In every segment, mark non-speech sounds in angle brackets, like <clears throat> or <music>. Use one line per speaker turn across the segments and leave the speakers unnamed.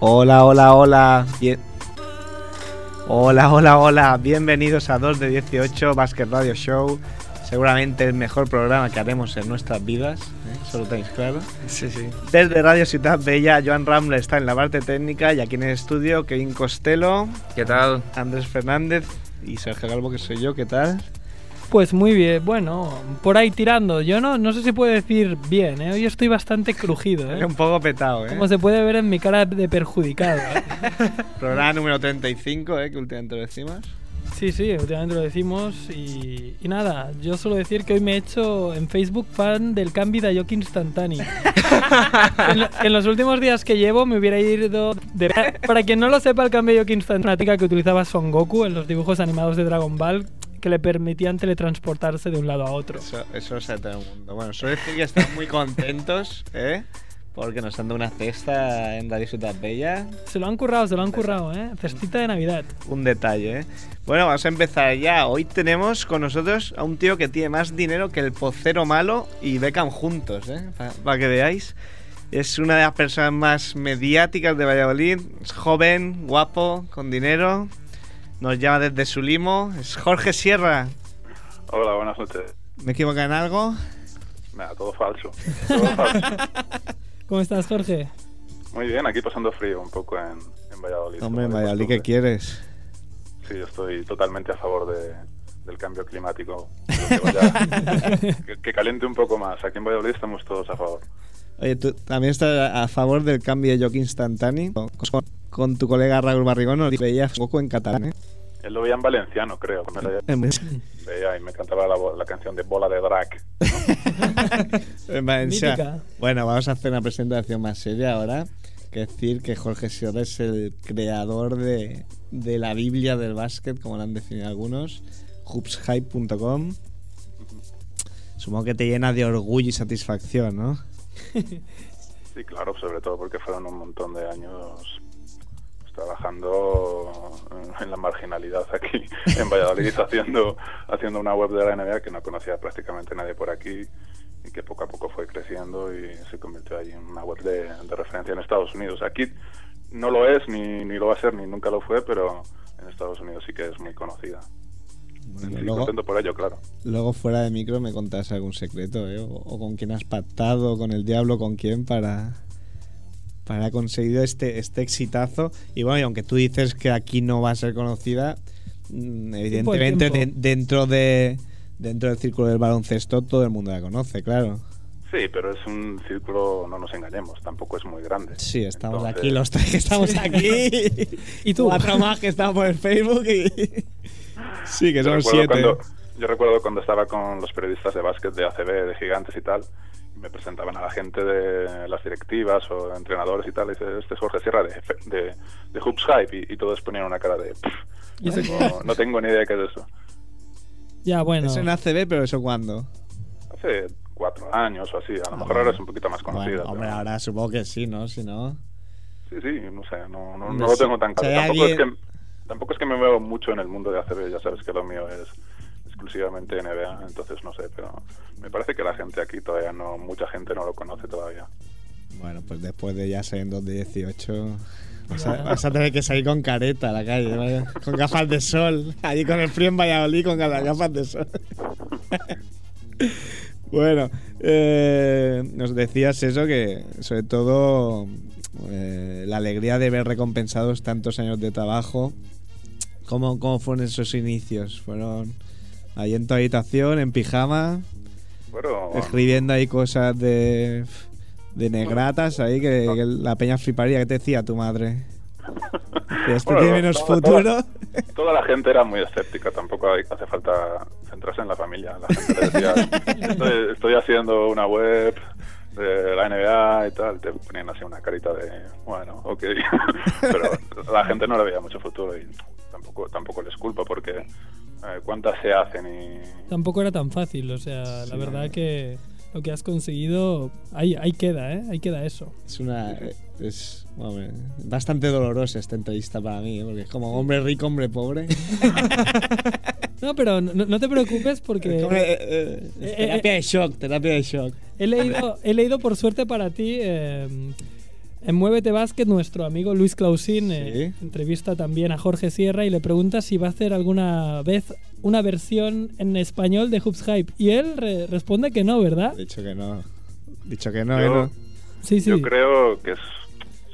Hola, hola, hola. Bien. Hola, hola, hola. Bienvenidos a 2 de 18 Basket Radio Show. Seguramente el mejor programa que haremos en nuestras vidas. ¿eh? Eso lo tenéis claro.
Sí, sí.
Desde Radio Ciudad Bella, Joan Ramble está en la parte técnica y aquí en el estudio, Kevin Costello,
¿Qué tal?
Andrés Fernández y Sergio Galvo, que soy yo. ¿Qué tal?
Pues muy bien, bueno, por ahí tirando. Yo no, no sé si puedo decir bien, ¿eh? hoy estoy
<laughs>
bastante crujido, ¿eh?
Un poco petado, ¿eh?
como se puede ver en mi cara de perjudicado. ¿eh? <laughs>
Programa número 35, ¿eh? Que últimamente lo decimos.
Sí, sí, últimamente lo decimos y, y nada, yo suelo decir que hoy me he hecho en Facebook fan del cambio de
<laughs>
Ayoki instantáneo. en, lo- en los últimos días que llevo me hubiera ido... de- para quien no lo sepa, el cambio de Ayoki instantáneo es una técnica que utilizaba Son Goku en los dibujos animados de Dragon Ball que le permitían teletransportarse de un lado a otro.
Eso, eso es a todo el mundo. Bueno, suele decir que están muy contentos, ¿eh? Porque nos han dado una cesta en Radio Ciudad Bella.
Se lo han currado, se lo han currado, ¿eh? Cestita de Navidad.
Un detalle, ¿eh? Bueno, vamos a empezar ya. Hoy tenemos con nosotros a un tío que tiene más dinero que el pocero malo y Beckham juntos, ¿eh? Para que veáis. Es una de las personas más mediáticas de Valladolid. Es joven, guapo, con dinero. Nos llama desde su limo. Es Jorge Sierra.
Hola, buenas noches.
¿Me equivoco en algo?
Nada,
<laughs>
todo falso. Todo falso.
¿Cómo estás, Jorge?
Muy bien, aquí pasando frío un poco en, en Valladolid.
Hombre,
como de
Valladolid,
costumbre.
¿qué quieres?
Sí, yo estoy totalmente a favor de- del cambio climático. Pero que,
<laughs>
vaya- que- que caliente un poco más. Aquí en Valladolid estamos todos a favor.
Oye, ¿tú también estás a favor del cambio de jockey instantáneo? Con, con tu colega Raúl Barrigón nos veías un poco en catalán, ¿eh?
Él lo veía en valenciano, creo. Me lo
En vez-
veía y me cantaba la, bo- la canción de Bola de Drag.
<laughs> en Valencia.
Mítica.
Bueno, vamos a hacer una presentación más seria ahora. Que decir que Jorge Sierra es el creador de, de la Biblia del básquet, como la han definido algunos, hoopshype.com. Supongo que te llena de orgullo y satisfacción, ¿no?
Sí, claro, sobre todo porque fueron un montón de años pues, trabajando en la marginalidad aquí en Valladolid,
<laughs>
haciendo, haciendo una web de la NBA que no conocía prácticamente nadie por aquí y que poco a poco fue creciendo y se convirtió ahí en una web de, de referencia en Estados Unidos. Aquí no lo es, ni, ni lo va a ser, ni nunca lo fue, pero en Estados Unidos sí que es muy conocida.
Bueno,
y
luego,
contento por ello, claro.
luego fuera de micro me contás algún secreto, ¿eh? O, o con quién has pactado, con el diablo, con quién para para conseguir este, este exitazo. Y bueno, y aunque tú dices que aquí no va a ser conocida, mm, evidentemente de-
tiempo.
dentro de dentro del círculo del baloncesto todo el mundo la conoce, claro.
Sí, pero es un círculo, no nos engañemos, tampoco es muy grande.
Sí, estamos
Entonces-
aquí los tres que estamos aquí.
<laughs> ¿Y tú?
Cuatro más que estamos por el Facebook y... Sí, que
Yo
son
recuerdo
siete.
cuando- yo recuerdo cuando estaba con los periodistas de básquet de ACB, de gigantes y tal, y me presentaban a la gente de las directivas o de entrenadores y tal, y dice, este es Jorge Sierra de, de, de Hoops Hype, y, y todos ponían una cara de, "Pff,
¿Y
no
<laughs>
eso
tengo, no tengo ni idea de qué es eso.
Ya, bueno.
Es en ACB, pero ¿eso cuándo?
Hace cuatro años o así, a
Ah,
lo mejor
bueno.
ahora es un poquito más conocida.
Bueno, hombre,
pero-
ahora supongo que sí, ¿no? Si no...
Sí, sí, no sé, no, no,
No
no lo
sé.
tengo tan claro.
O sea,
Tampoco es,
alguien-
que, tampoco es que me muevo mucho en el mundo de ACB, ya sabes que lo mío es exclusivamente NBA, entonces no sé, pero me parece que la gente aquí todavía no, mucha gente no lo conoce todavía.
Bueno, pues después de ya ser en 2018, vas a, vas a tener que salir con careta a la calle, ¿vale? con gafas de sol, allí con el frío en Valladolid con las gafas de sol. <laughs> Bueno, eh, nos decías eso que sobre todo eh, la alegría de ver recompensados tantos años de trabajo. ¿Cómo, cómo fueron esos inicios? ¿Fueron ahí en tu habitación, en pijama?
Bueno,
escribiendo ahí cosas de, de negratas ahí que, que la peña fliparía. ¿Qué te decía tu madre? Que esto
Bueno,
tiene menos
toda-
futuro.
toda la gente era muy escéptica, tampoco hay- hace falta centrarse en la familia. La gente le decía,
<laughs>
estoy, estoy haciendo una web de la NBA y tal, te ponían así una carita de, bueno, ok, <laughs> pero la gente no le veía mucho futuro y tampoco, tampoco les culpa porque eh, cuántas se hacen y...
Tampoco era tan fácil, o sea, la verdad que lo que has conseguido, ahí, ahí queda, ¿eh? Ahí queda eso.
<laughs> Es una. Es hombre, bastante dolorosa esta entrevista para mí, ¿eh? porque es como hombre rico, hombre
<laughs>
pobre.
No, pero no, no te
<laughs> Es
preocupes
como, eh,
porque
eh, es
eh,
terapia de shock, terapia de shock.
he leído, he leído por suerte para ti eh, en Muévete Basket nuestro amigo Luis Clausín eh,
Sí.
entrevista también a Jorge Sierra y le pregunta si va a hacer alguna vez una versión en español de Hoops Hype y él re- responde que no, ¿verdad?
Dicho que no. Dicho que no,
Yo-
¿eh? no.
Sí, sí.
Yo creo que es,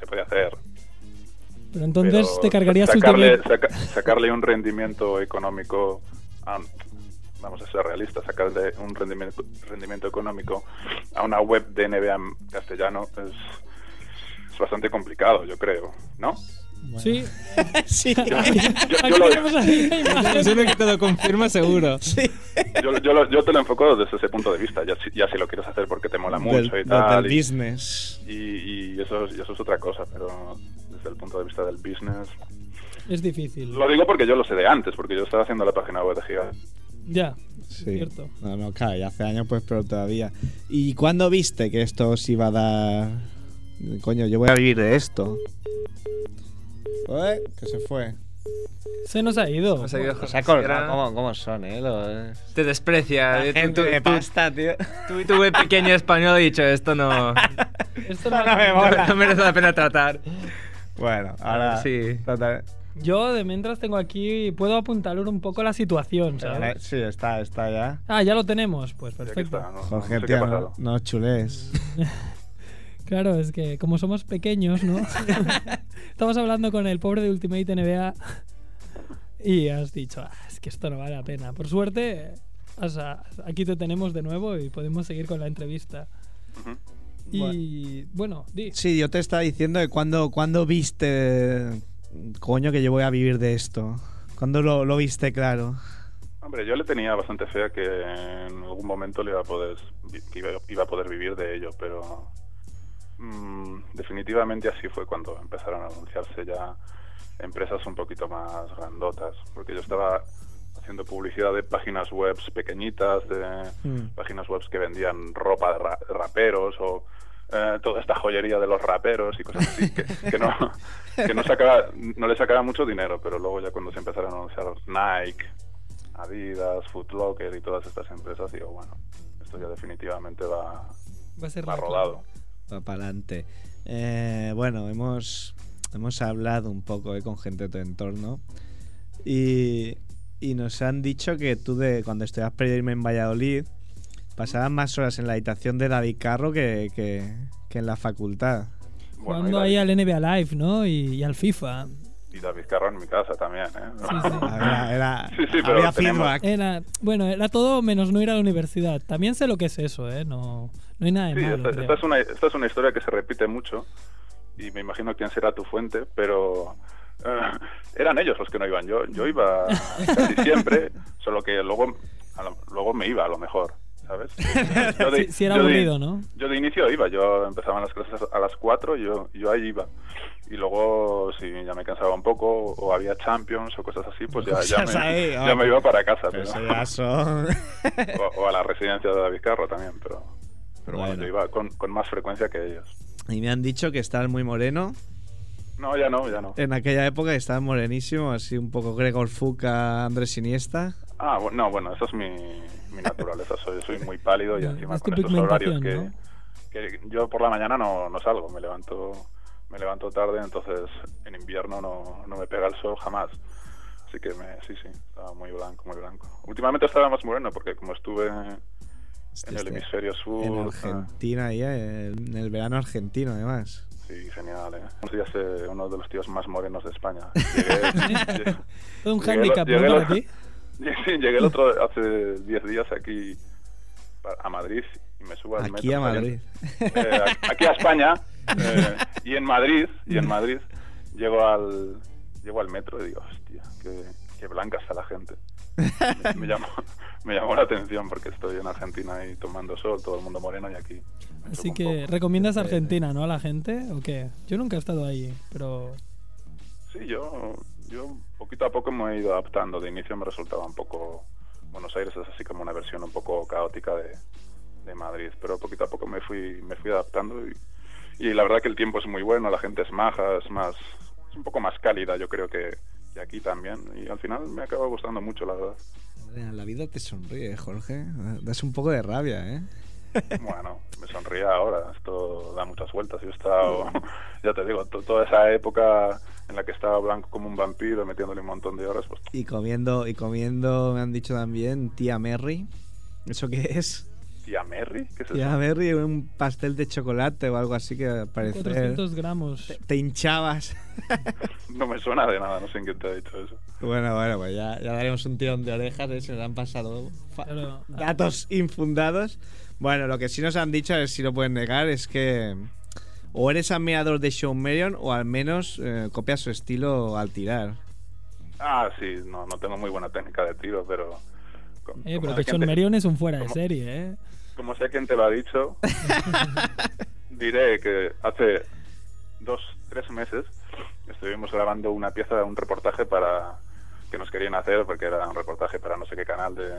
se puede hacer.
Pero entonces
pero
te cargarías
sacarle,
el doble.
saca- sacarle un rendimiento económico a, vamos a ser realistas sacarle un rendimiento rendimiento económico a una web de NBA en castellano es, es bastante complicado yo creo ¿no?
Sí.
Sí.
<laughs>
<laughs>
Aquí
yo lo-
tenemos la misma imagen.
Eso es lo que te lo confirma seguro.
yo, yo lo- yo te lo enfoco desde ese punto de vista ya, si- ya si lo quieres hacer porque te mola mucho
Del-
y tal
del
y,
business.
y- y eso, es- y eso es otra cosa pero desde el punto de vista del business
Es difícil.
lo digo porque yo lo sé de antes porque yo estaba haciendo la página web de Giga
Ya.
Sí.
Cierto.
No, no, claro, ya hace años pues, pero todavía. ¿Y cuándo viste que esto os iba a dar? Coño, yo voy a vivir de esto. Ué, Que se fue.
Se nos ha ido.
Nos ha ido
Pues
Jorge
ha colgado.
Sierra.
¿Cómo, cómo son, eh? Los,
Te desprecia. eh, tú, tú,
de
tú-
pasta, tío.
tú y tu buen pequeño español he dicho, esto no, no,
Esto no-
me
<laughs> no merece la pena tratar.
Bueno, ahora.
Sí.
trataré-
Yo de mientras tengo aquí, puedo apuntalar un poco la situación,
Eh,
¿sabes?
Sí, está, está ya.
Ah, ya lo tenemos. Pues
Ya que está,
perfecto.
no- no
Jorge,
sé qué ha
tío,
pasado.
no, no chules.
Claro, es que como somos pequeños, ¿no? Estamos hablando con el pobre de Ultimate NBA y has dicho, "Ah, es que esto no vale la pena. Por suerte, o sea, aquí te tenemos de nuevo y podemos seguir con la entrevista.
Ujú.
Y bueno, di.
Sí, yo te estaba diciendo que cuando, cuando viste, coño, que yo voy a vivir de esto. ¿Cuándo lo, lo viste claro?
Hombre, yo le tenía bastante fe a que en algún momento le iba a poder, que iba, iba a poder vivir de ello, pero mm, definitivamente así fue cuando empezaron a anunciarse ya empresas un poquito más grandotas, porque yo estaba haciendo publicidad de páginas web pequeñitas, de
Hmm.
páginas web que vendían ropa de ra- de raperos o eh, toda esta joyería de los raperos y cosas así, que,
<laughs>
que no, que no, sacaba, no le sacaba mucho dinero, pero luego ya cuando se empezaron a anunciar Nike, Adidas, Foot Locker y todas estas empresas, digo, bueno, esto ya definitivamente va,
Va a ser
va
la
rodado.
Va para adelante. Eh, bueno, hemos, hemos hablado un poco eh, con gente de tu entorno y, y nos han dicho que tú de cuando estudias periodismo en Valladolid pasabas más horas en la habitación de David Carro que, que- que en la facultad.
Bueno, y
Jugando ahí
David,
al NBA Live, ¿no? Y, y al FIFA.
y David Carro en mi casa también, ¿eh?
Sí, sí.
Era, era-
<laughs> Sí, sí, pero
había
tenemos-
feedback.
Era, bueno, era todo menos no ir a la universidad. También sé lo que es eso, ¿eh? No, no hay nada de
Sí,
malo.
esta,
creo.
esta es una, esta es una historia que se repite mucho y me imagino quién será tu fuente, pero eh, eran ellos los que no iban. Yo, yo iba casi
<laughs>
siempre, solo que luego, a lo- luego me iba a lo mejor,
<laughs>
¿sabes? Yo de-
Sí, sí era
yo de-
aburrido, ¿no?
Yo de inicio iba, yo empezaban las clases a las 4 y yo, yo ahí iba. Y luego, si ya me cansaba un poco, o había Champions o cosas así, pues ya, ya
Cosas
me,
ahí,
ya
ah,
me iba para casa.
Pero
pero-
eso ya son...
<laughs> o, o a la residencia de David Carro también, pero, pero bueno,
<laughs> Bueno.
yo iba con, con más frecuencia que ellos.
Y me han dicho que estás muy moreno.
No, ya no, ya no.
Eh.
En aquella época estabas morenísimo, así un poco Gregor Fuca, Andrés Iniesta.
Ah, bu- no, bueno, eso es mi, mi naturaleza. Soy, soy muy pálido
<laughs>
y
Ya,
encima
es tu
con estos horarios que,
pigmentación,
que yo por la mañana no, no salgo. Me levanto, me levanto tarde, entonces en invierno no, no me pega el sol jamás. Así que me, sí, sí, estaba muy blanco, muy blanco. Últimamente estaba más moreno porque como estuve en el
Este-
hemisferio sur...
En
ah,
Argentina, ahí, eh, en el verano argentino, además.
Sí, genial, ¿eh? Unos días, eh, uno de los tíos más morenos
<laughs>
de España. Llegué,
Todo un
Llegué- <laughs>
handicap, ¿no?
llegué-
Para ti.
llegué- llegué el otro hace 10 días aquí pa- a Madrid y Pues me subo al
Aquí
metro
a
saliendo-
Madrid.
eh, aquí a España eh, y en Madrid y en Madrid llego al llego al metro y digo hostia qué, qué blanca está la gente me, me llamó me llamó la atención porque estoy en Argentina y tomando sol todo el mundo moreno y aquí me
Así
choca un
que,
poco. este,
¿recomiendas Argentina, no? A la gente, ¿o qué? Yo nunca he estado ahí, pero.
sí yo yo poquito a poco me he ido adaptando de inicio me resultaba un poco Buenos Aires es así como una versión un poco caótica de, de Madrid, pero poquito a poco me fui, me fui adaptando y, y la verdad que el tiempo es muy bueno, la gente es maja, es más, es un poco más cálida yo creo que, que aquí también y al final me acaba gustando mucho la verdad.
La vida te sonríe, Jorge. Das un poco de rabia, ¿eh?
Bueno, me sonría ahora, esto da muchas vueltas, yo he estado, <laughs> ya te digo, to- toda esa época en la que estaba blanco como un vampiro metiéndole un montón de horas, pues
Y comiendo, y comiendo, me han dicho también, tía Merry. ¿Eso qué es?
tía Merry, ¿qué es
Tía
eso?
Merry, un pastel de chocolate o algo así que al parecer
400 gramos. Eh,
te hinchabas.
No me suena de nada, no sé en qué te ha dicho eso.
Bueno, bueno, pues ya, ya daremos un tirón de orejas, ¿eh? se nos han pasado fa-
Claro.
datos infundados. Bueno, lo que sí nos han dicho, a ver si lo pueden negar, es que o eres admirador de Shawn Marion o al menos eh, copias su estilo al tirar.
Ah, sí, no, no tengo muy buena técnica de tiro, pero... co-
Eh, pero
como sé
que
quién
John
te-
Merion es un fuera de
¿Cómo?
serie, ¿eh?
Como sé quién te lo
<laughs>
ha dicho, diré que hace dos, tres meses estuvimos grabando una pieza, un reportaje para que nos querían hacer, porque era un reportaje para no sé qué canal de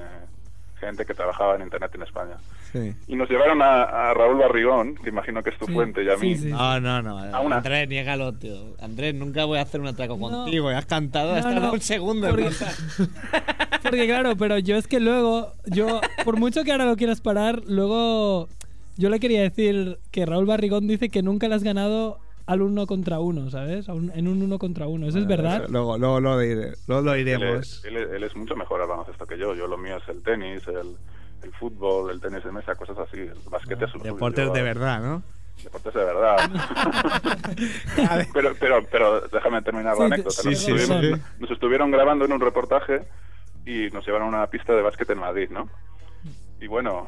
gente que trabajaba en Internet en España.
Sí.
Y nos llevaron a, a Raúl Barrigón, que imagino que es tu
Sí,
fuente, y a
sí,
mí.
sí. Ah.
No, no, no.
A una.
Andrés, niégalo, tío. Andrés, nunca voy a hacer un atraco
No.
contigo. Has cantado
No,
hasta
no,
un segundo. en
porque-
cantar.
Porque claro, pero yo es que luego, yo, por mucho que ahora lo quieras parar, luego yo le quería decir que Raúl Barrigón dice que nunca le has ganado al uno contra uno, ¿sabes? A un- en un uno contra uno. ¿Eso es verdad?
Luego, luego, lo diré- luego lo
Él
iremos.
es, él es- él es mucho mejor al baloncesto que yo. Yo lo mío es el tenis, el, el fútbol, el tenis de mesa, cosas así. El basquete es lo suyo.
Deportes
Yo-
de verdad, ¿no?
Deportes de verdad.
<laughs> A ver.
pero, pero, pero déjame terminar la
Sí,
anécdota.
sí,
nos,
sí,
estuvieron,
sí.
nos estuvieron grabando en un reportaje y nos llevaron a una pista de básquet en Madrid, ¿no? Y bueno,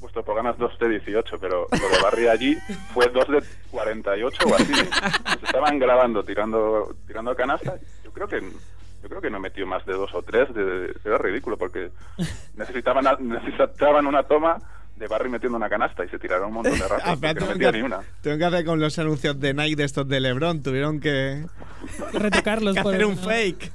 puesto por ganas 2 de 18, pero lo de Barry allí fue 2 de 48 o así. Nos estaban grabando tirando tirando canasta. Yo creo que yo creo que no metió más de dos o tres. de- era ridículo porque necesitaban <laughs> necesitaban una toma de Barry metiendo una canasta y se tiraron un montón de
Ah,
ratos
espera,
porque no
tengo
metía
que-
ni una.
Tengo que hacer con los anuncios de Nike de estos de Lebron. Tuvieron que, <laughs>
Retocarlos.
que
por-
hacer un
¿no?
fake.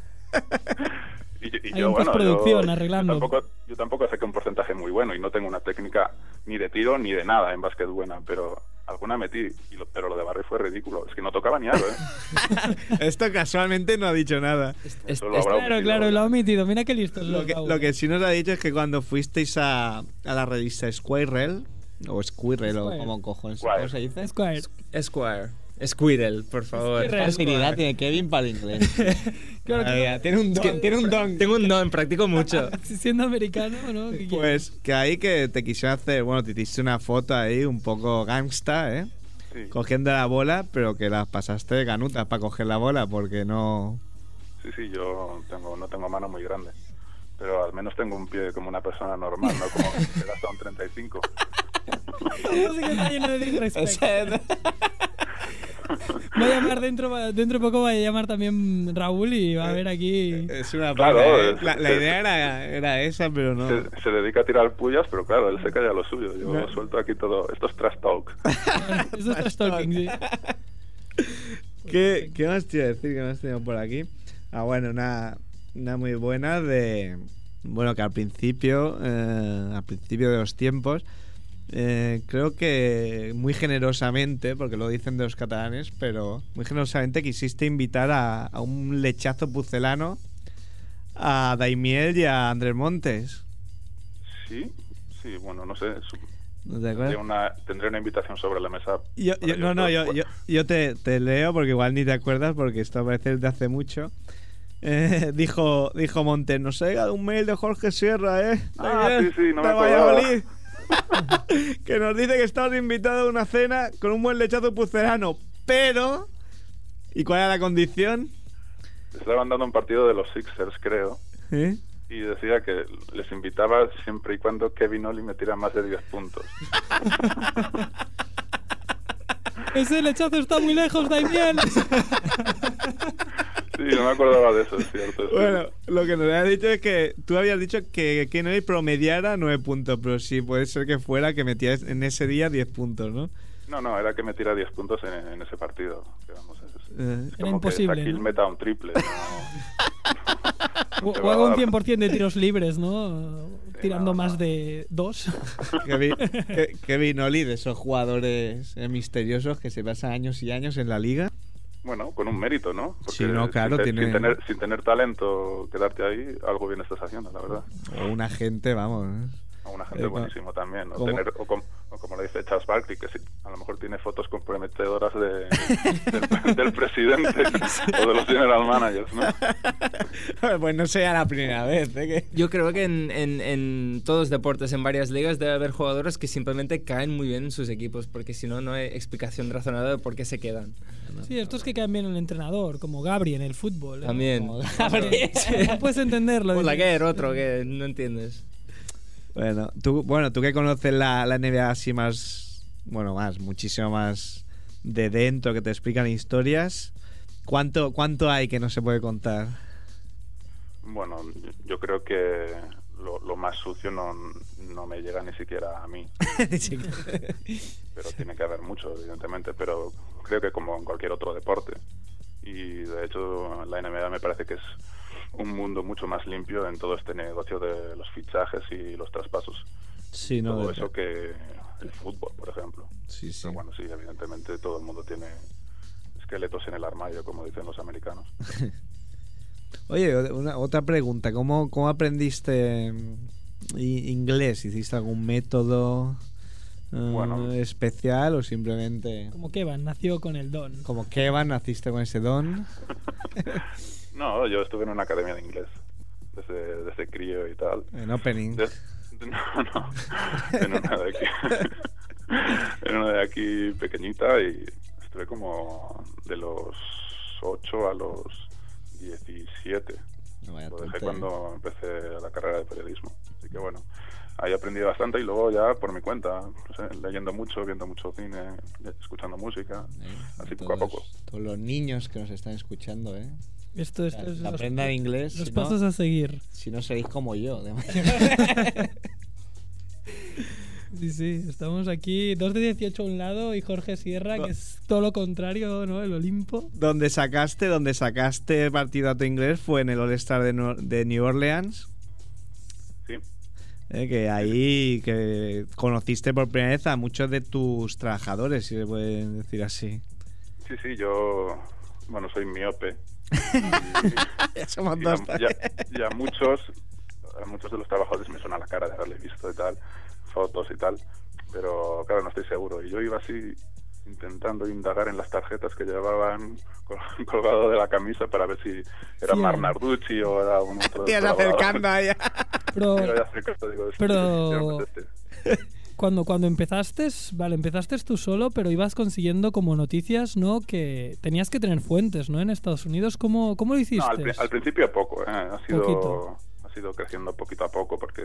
Y, yo- y
Hay
yo,
un
bueno,
postproducción
yo-
arreglando.
Yo tampoco, yo tampoco saqué un porcentaje muy bueno y no tengo una técnica ni de tiro ni de nada en básquet buena, pero alguna metí, y lo- pero lo de Barry fue ridículo. Es que no tocaba ni algo, ¿eh?
Esto casualmente no ha dicho nada.
Es-
Solo habrá
Claro,
omitido.
claro, lo ha omitido. Mira qué listo.
Lo que, lo que sí nos ha dicho es que cuando fuisteis a, a la revista Squirrel, o Squirrel, o
Squirrel.
como cojones,
Squirrel.
¿cómo se dice?
Square.
Squire. Squirrel, por favor.
Squirrel. facilidad
tiene Kevin para el inglés.
<laughs> Claro que- <laughs>
tiene un don. tiene un don.
Tengo un don, practico mucho.
Siendo americano, ¿no? ¿Qué <laughs> quieres?
Pues que ahí que te quisieron hacer, bueno, te hiciste una foto ahí un poco gangsta, ¿eh?
Sí,
Cogiendo la bola, pero que las pasaste de ganutas para coger la bola, porque no...
sí, sí, yo tengo, no tengo mano muy grande. Pero al menos tengo un pie como una persona normal, no como que gasta un 35.
Yo sé que está lleno de disrespect. Va a llamar dentro, dentro de poco va a llamar también Raúl y
Eh,
va a ver aquí.
<laughs> Es una
Claro,
pena, ¿eh?
es-
la, la idea era, era esa, pero no.
Se, se dedica a tirar pullas, pero claro, él se calla lo suyo. Yo suelto aquí todo. Esto es trash talk.
<laughs> Eso es trash talking, sí.
¿Qué, qué más te iba a decir que más tengo por aquí? Ah, bueno, una, una muy buena de. Bueno, que al principio, eh, al principio de los tiempos, eh, creo que muy generosamente, porque lo dicen de los catalanes, pero muy generosamente quisiste invitar a, a un lechazo pucelano a Daimiel y a Andrés Montes.
Sí, sí, bueno, no sé. su-
¿No te
tendré,
acuerdas?
una, tendré una invitación sobre la mesa.
¿Eh? Yo-
para
yo- no,
ellos
no,
dos.
yo, yo- yo te, te leo porque igual ni te acuerdas porque esto parece de hace mucho. <laughs> Eh, dijo, dijo Montes, nos ha llegado un mail de Jorge Sierra, ¿eh? De
Ah,
bien,
sí, sí, no
de
me acordaba.
Valladolid. <laughs> que nos dice que estás invitado a una cena con un buen lechazo pucerano, pero... ¿Y cuál era la condición?
Estaban dando un partido de los Sixers, creo.
¿Eh?
y decía que les invitaba siempre y cuando Kevin Oli metiera más de 10
<laughs>
puntos.
Ese lechazo está muy lejos,
<laughs>
Damián.
Sí, no me acordaba de eso, es cierto. es
Bueno,
cierto.
lo que nos habías dicho es que tú habías dicho que Kenny promediara 9 puntos, pero sí puede ser que fuera que metías en ese día 10 puntos, ¿no?
No, no, era que metiera 10 puntos en, en ese partido. digamos, es- es
Eh,
Era
como que
imposible,
Shaquille
¿no?
meta un triple.
<laughs>
¿no?
O,
No te
o
va a
hago un
dar.
100% de tiros libres, ¿no?
Sí,
Tirando
no,
más
no.
de
<laughs>
dos.
Kevin, Ke- Kevin Oli, de esos jugadores eh, misteriosos que se pasan años y años en la liga.
Bueno, con un mérito, ¿no?
Sí, no, claro,
sin, te-
tiene-
sin tener, sin tener talento, quedarte ahí, algo bien estás haciendo, la verdad.
O un agente, vamos.
A una
Eh,
gente
co-
buenísimo también. ¿no?
como-
Tener- o, com- o como le dice Charles Barkley, que sí, a lo mejor tiene fotos
<laughs>
comprometedoras de, del, del presidente o de los general
<laughs>
managers, ¿no?
¿eh? <laughs> pues no sea la primera vez, ¿eh? que-
Yo creo que en, en- en todos los deportes, en varias ligas, debe haber jugadores que simplemente caen muy bien en sus equipos, porque si no, no hay explicación razonable de por qué se quedan.
Sí, estos que cambian el entrenador, como Gabri en el fútbol. ¿eh?
También.
Como
<laughs> Gabri. No puedes entenderlo.
Hola,
dices.
que era otro, que no
<laughs>
entiendes.
Bueno, tú, bueno, tú que conoces la, la NBA así más, bueno, más, muchísimo más de dentro, que te explican historias, ¿cuánto, cuánto hay que no se puede contar?
Bueno, yo- yo creo que lo, lo más sucio no, no me llega ni siquiera
<laughs>
a mí, pero tiene que haber mucho, evidentemente, pero creo que como en cualquier otro deporte. Y de hecho la NBA me parece que es un mundo mucho más limpio en todo este negocio de los fichajes y los traspasos.
sí, no,
todo
de-
eso que el fútbol, por ejemplo.
sí, sí.
Pero bueno, sí, evidentemente todo el mundo tiene esqueletos en el armario, como dicen los
<laughs>
americanos.
Oye, o- una- otra pregunta, ¿cómo, cómo aprendiste mm, i- inglés? ¿Hiciste algún método eh,
Bueno.
especial o simplemente
Como Kevan, nació con el don.
como Kevin naciste con ese don?
No, yo estuve en una academia de inglés desde, desde crío y tal.
En opening.
De- no, no, en una de aquí. <laughs> en una de aquí pequeñita y estuve como de los 8 a los 17.
Vaya
Lo
tontería.
dejé cuando empecé la carrera de periodismo. Así que bueno, ahí aprendí bastante y luego ya por mi cuenta, no sé, leyendo mucho, viendo mucho cine, escuchando música.
Eh,
Así poco a poco.
Todos los niños que nos están escuchando, ¿eh?
Esto, esto es los,
Aprendan inglés.
los
si,
pasos
no,
a seguir.
si no seréis como yo. de-
Sí, sí, estamos aquí. Dos de 18 a un lado y Jorge Sierra, que es todo lo contrario, ¿no? El Olimpo.
<laughs> donde sacaste, donde sacaste partido a tu inglés fue en el All Star de, Nor- de New Orleans.
Sí.
eh, que ahí que conociste por primera vez a muchos de tus trabajadores, si se puede decir así. <laughs>
Sí, sí, yo, bueno, soy miope.
Somos
Y
dos.
a, y a- y a muchos, a muchos de los trabajadores me suena la cara de haberle visto y tal, fotos y tal, pero claro, no estoy seguro. Y yo iba así intentando indagar en las tarjetas que llevaban col- <laughs> colgado de la camisa para ver si era
Sí,
Marnarducci o era un
<laughs>
otro
Tías
colaborador.
acercando ahí.
Pero
Yo ya acercando, digo, este,
Pero-
este, este, este.
cuando, cuando empezaste, vale, empezaste tú solo, pero ibas consiguiendo como noticias, ¿no? Que tenías que tener fuentes, ¿no? En Estados Unidos, ¿cómo, cómo lo hiciste?
No, al, pri- al principio poco, eh, ha
Poquito.
sido ha sido creciendo poquito a poco porque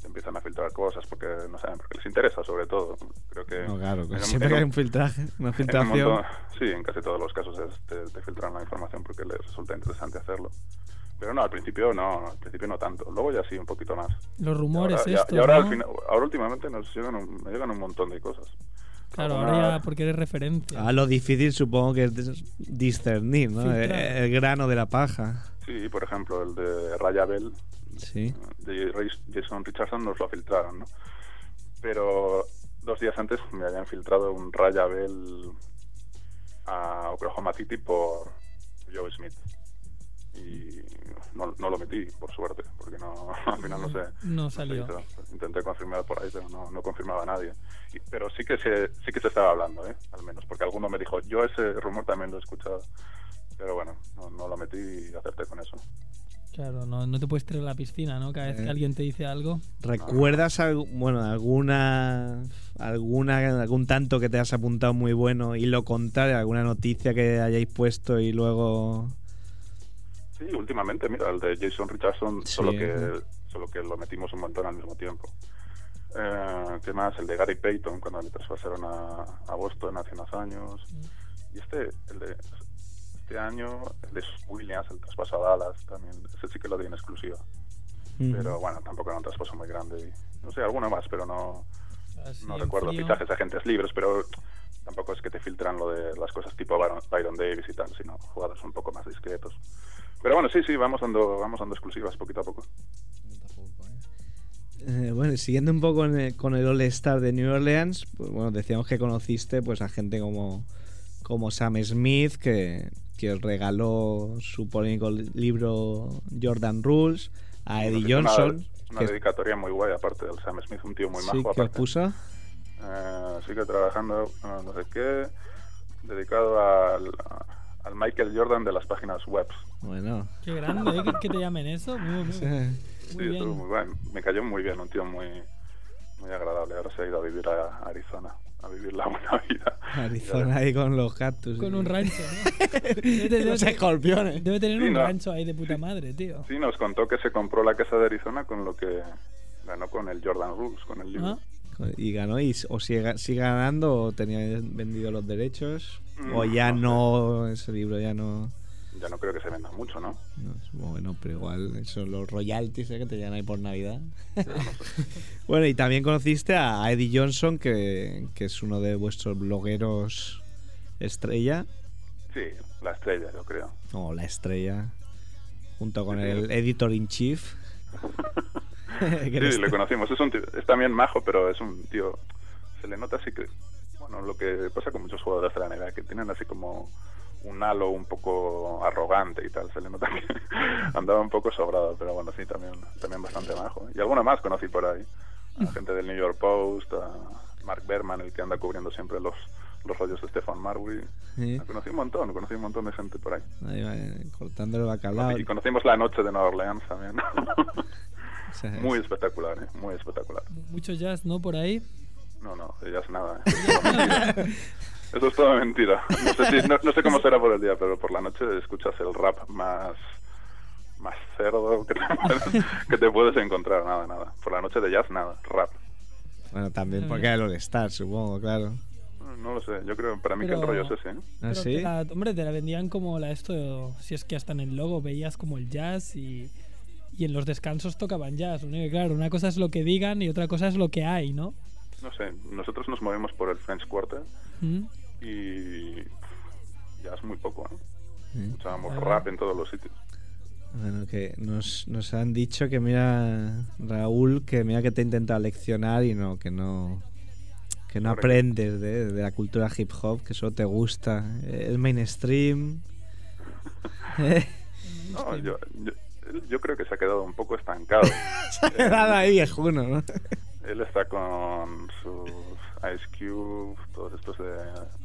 te empiezan a filtrar cosas porque no saben porque les interesa sobre todo. Creo que
No, claro,
en un-
siempre
en
que hay
un-
un filtraje, una
en un
filtración.
montón- sí, en casi todos los casos es- te, te filtran la información porque les resulta interesante hacerlo. Pero no, al principio no, al principio no tanto. Luego ya sí, un poquito más.
Los
Y ahora,
rumores
ya- y
estos,
ahora,
¿no?
al final- ahora últimamente nos llegan un, me llegan un montón de cosas.
Claro,
Alguna-
ahora ya porque eres referencia.
Ah, lo difícil supongo que es dis- discernir, ¿no? El,
Filtrar.
el grano de la paja.
Sí, por ejemplo, el de Raya Bell,
Sí.
de Ray- Jason Richardson nos lo filtraron, ¿no? Pero dos días antes me habían filtrado un Raya Bell a Oklahoma City por Joe Smith. Y no, no lo metí, por suerte, porque no, <laughs> al final no sé.
No
se
salió.
hizo. Intenté confirmar por ahí, pero no, no confirmaba a nadie. Y- pero sí que, se, sí que se estaba hablando, ¿eh? al menos, porque alguno me dijo, yo ese rumor también lo he escuchado. Pero bueno, no, no lo metí y acerté con eso.
Claro, no, no te puedes tirar a la piscina, ¿no? Cada vez
Eh.
que alguien te dice algo.
¿Recuerdas algu- bueno, alguna, alguna algún tanto que te has apuntado muy bueno y lo contrario, alguna noticia que hayáis puesto y luego
Sí, Sí, últimamente, mira, el de Jason Richardson,
Sí,
solo, que,
ajá.
solo que lo metimos un montón al mismo tiempo. Eh, ¿Qué más? El de Gary Payton, cuando le traspasaron a, a Boston hace unos años. Y este, el de este año, el de Williams, el traspaso a Dallas, también, ese sí que lo di en exclusiva.
Mm.
Pero bueno, tampoco era un traspaso muy grande. y- no sé, alguno más, pero no,
Así
no
en
recuerdo
frío.
fichajes de agentes libres, pero tampoco es que te filtran lo de las cosas tipo Byron, Byron Davis y tal, sino jugadores un poco más discretos. Pero bueno, sí, sí, vamos dando, vamos dando exclusivas poquito a poco.
Eh, bueno, siguiendo un poco en el- con el All-Star de New Orleans, pues bueno, decíamos que conociste pues a gente como, como Sam Smith, que, que os regaló su polémico li- libro Jordan Rules, a
Nos
Eddie
hizo una-
Johnson,
Una
que-
dedicatoria muy guay, aparte del Sam Smith, un tío muy
sí,
majo.
que os
aparte.
puso.
Eh, sigue trabajando, eh, no sé qué, dedicado al, al Michael Jordan de las páginas web. <laughs>
Bueno,
Qué grande, ¿eh? Que, que te llamen eso. Muy, muy,
Sí,
muy
estuvo muy
bien.
guay. Me cayó muy bien, un tío muy, muy agradable. Ahora se ha ido a vivir a Arizona, a vivir la <laughs> buena vida.
Arizona ahí con los cactus.
Con
y-
un rancho, ¿no? Debe
y <laughs> los
tener,
escorpiones.
debe tener
Sí,
un
no.
rancho ahí de puta madre, tío.
Sí, nos contó que se compró la casa de Arizona con lo que ganó con el Jordan Rules, con el libro.
Ah,
Y ganó, y, s- o sigue, sigue ganando, o tenía vendido los derechos,
Mm,
o ya
no
no, ese libro ya no.
Ya no creo que se venda mucho, ¿no?
No, es- bueno, pero igual son los royalties ¿eh? que te llegan ahí por Navidad. <laughs> bueno, y también conociste a Eddie Johnson, que, que es uno de vuestros blogueros estrella,
Sí, la estrella, yo creo.
o la estrella, junto con
Sí, sí.
el editor in
<laughs>
chief.
Sí, le conocimos. Es, un tío- es también majo, pero es un tío. Se le nota así que. Bueno, lo que pasa con muchos jugadores de la NBA, que tienen así como un halo un poco arrogante y tal. Se le nota que <laughs> andaba un poco sobrado, pero bueno, sí, también, también bastante majo. Y alguna más conocí por ahí. A gente del New York Post, a Mark Berman, el que anda cubriendo siempre los, los rollos de Stefan Marbury.
<laughs>
Ah,
Sí,
Conocí un montón, conocí un montón de gente por ahí.
ahí va, eh, cortando el bacalao.
Y conocimos la noche de Nueva Orleans también.
O sea,
muy espectacular, ¿eh? muy espectacular.
mucho jazz, ¿no? Por ahí.
No, no, ya es nada. Eso es todo mentira. Eso es todo mentira. No sé, si- no- no sé cómo será por el día, pero por la noche escuchas el rap más más cerdo que te, puedes- que te puedes encontrar. Nada, nada. Por la noche de jazz, nada. Rap.
Bueno, también porque era el All-Star, supongo, claro.
No lo sé. Yo creo, para mí que el
Pero-
rollo es ese. ¿eh?
¿Ah,
Pero
sí?
te la- hombre, te la vendían como la esto, si es que hasta en el logo veías como el jazz y, y en los descansos tocaban jazz. Lo único que, claro, una cosa es lo que digan y otra cosa es lo que hay, ¿no?
No sé. Nosotros nos movemos por el French Quarter
¿Mm?
y ya es muy poco. ¿eh?
Sí.
Escuchábamos rap en todos los sitios.
Bueno, que nos, nos han dicho que mira, Raúl, que mira que te he intentado leccionar y no, que no, que no
Correcto.
aprendes de, de la cultura hip hop, que solo te gusta. eh, El mainstream. <laughs> Eh,
No, yo, yo, yo creo que se ha quedado un poco estancado.
Se ha quedado ahí viejuno, ¿no?
Él está con sus Ice Cube, todos estos de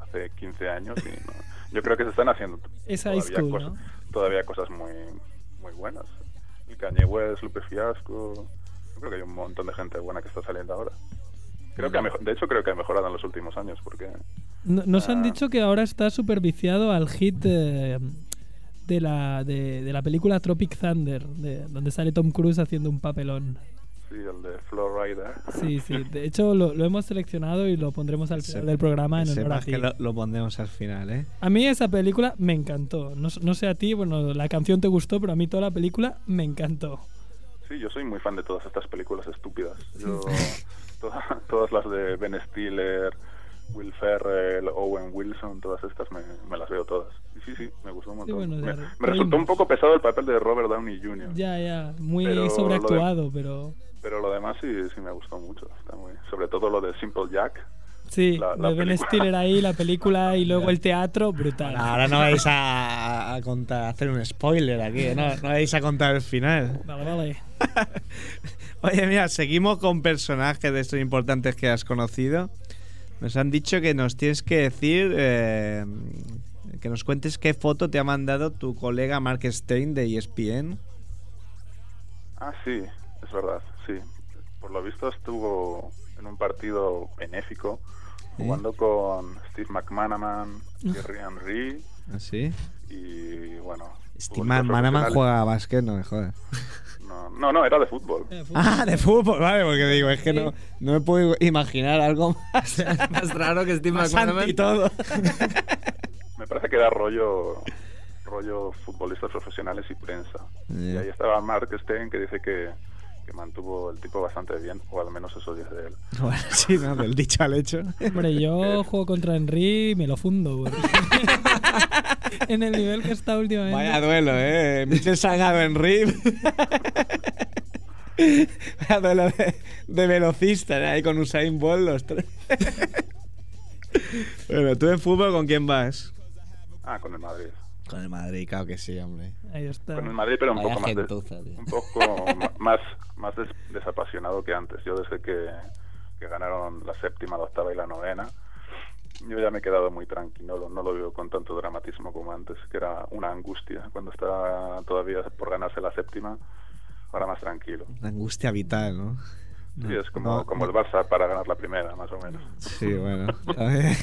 hace 15 años. Y no- yo creo que se están haciendo t-
Es
todavía,
Ice Cube,
cosas,
¿no?
todavía cosas muy, muy buenas. El Kanye West, Lupe Fiasco. Yo creo que hay un montón de gente buena que está saliendo ahora. Creo que ha mejo- de hecho, creo que ha mejorado en los últimos años. porque
No- Nos han
Ah.
dicho que ahora está súper viciado al hit eh, de, la, de, de la película Tropic Thunder, de- donde sale Tom Cruise haciendo un papelón.
Sí, el de Flow Rider.
Sí, sí. De hecho, lo, lo hemos seleccionado y lo pondremos al final del programa en
Que
honor a
sepas
ti.
que lo, lo pondremos al final, ¿eh?
A mí esa película me encantó. No, no sé a ti, bueno, la canción te gustó, pero a mí toda la película me encantó.
Sí, yo soy muy fan de todas estas películas estúpidas. Yo, <laughs> toda- todas las de Ben Stiller, Will Ferrell, Owen Wilson, todas estas me, me las veo todas. Y sí, sí, me gustó un montón.
bueno,
me
ya
me resultó
reímos.
un poco pesado el papel de Robert Downey Jr.
Ya, ya, muy
Pero lo de-
sobreactuado, pero...
Pero lo demás sí, sí me gustó mucho. Está muy, sobre todo lo de Simple Jack.
Sí,
La-
lo
la
de Ben
película.
Stiller ahí, la película y luego el teatro, brutal.
Ahora no vais a, a contar, a hacer un spoiler aquí, ¿eh? no, no vais a contar el final.
Vale, vale.
Oye, mira, seguimos con personajes de estos importantes que has conocido. Nos han dicho que nos tienes que decir, eh, que nos cuentes qué foto te ha mandado tu colega Mark Stein de E ESPN.
Ah, sí, es verdad, sí. Por lo visto estuvo en un
Ah.
partido benéfico jugando con Steve McManaman, Thierry Henry
¿Así?
Y bueno.
Estima,
fútbol
Manaman
profesional-
juega a básquet, no me jodas.
No, no, no, era de fútbol.
Eh, fútbol.
Ah, de fútbol, vale, porque digo, es que
Sí.
no, no me puedo imaginar algo más,
Más raro que Steve
más
McManaman.
anti todo.
Me parece que era rollo rollo futbolistas profesionales y prensa. Y ahí estaba Mark Stein que dice que, que mantuvo el tipo bastante bien, o al menos eso dice él.
<laughs> Bueno, sí, no, del dicho al hecho.
Eh, Hombre,
Eh.
yo juego contra Henry y me lo fundo, güey. <laughs> en el nivel que está últimamente.
Vaya duelo, eh. Michel Salgado en RIP. <laughs> Vaya duelo de, de velocistas, ¿eh? ahí con Usain Bolt los tres. <laughs> bueno, ¿tú en fútbol con quién vas?
Ah, con el Madrid.
Con el Madrid, claro que sí, hombre.
Ahí está.
Con el Madrid, pero un
Vaya
poco más, de-
gentuza, tío.
un poco ma- más, más des- desapasionado que antes. Yo desde que, que ganaron la séptima, la octava y la novena, yo ya me he quedado muy tranquilo, no, no lo veo con tanto dramatismo como antes, que era una angustia cuando estaba todavía por ganarse la séptima, ahora más tranquilo.
La angustia vital, ¿no?
Sí, es como,
no,
como
no.
el Barça para ganar la primera, más o menos.
Sí, bueno. A <laughs> ver.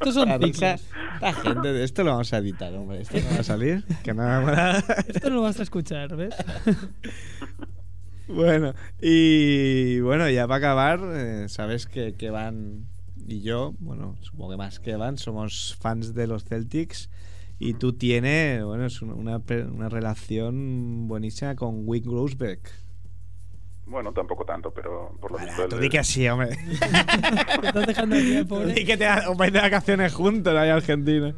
Estos son
La risa-
ciclos.
la gente de esto lo vamos a editar, hombre. Esto no va a salir. Que nada más.
Esto no lo vas a escuchar, ¿ves? <laughs>
Bueno, y bueno, ya para acabar, eh, sabes que, que Van y yo, bueno, supongo que más que Van, somos fans de los Celtics y tú tienes, bueno, es un- una, pe- una relación buenísima con Wick Grossbeck.
Bueno, tampoco tanto, pero por lo visto...
Tú
él
di
es-
que sí, hombre.
Te estás dejando aquí, eh,
Tú <laughs>
pobre.
di que te ha- os vais de vacaciones juntos ahí a Argentina.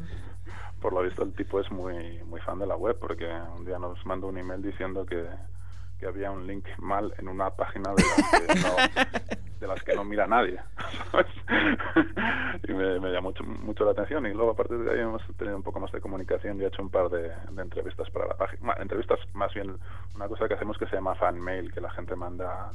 por lo visto el tipo es muy, muy fan de la web porque un día nos mandó un email diciendo que, que había un link mal en una página de las que no, de las que no mira nadie. ¿sabes? <laughs> y me, me llamó mucho, mucho la atención y luego a partir de ahí hemos tenido un poco más de comunicación y he hecho un par de, de entrevistas para la página. Bueno, entrevistas más bien una cosa que hacemos que se llama fan mail, que la gente manda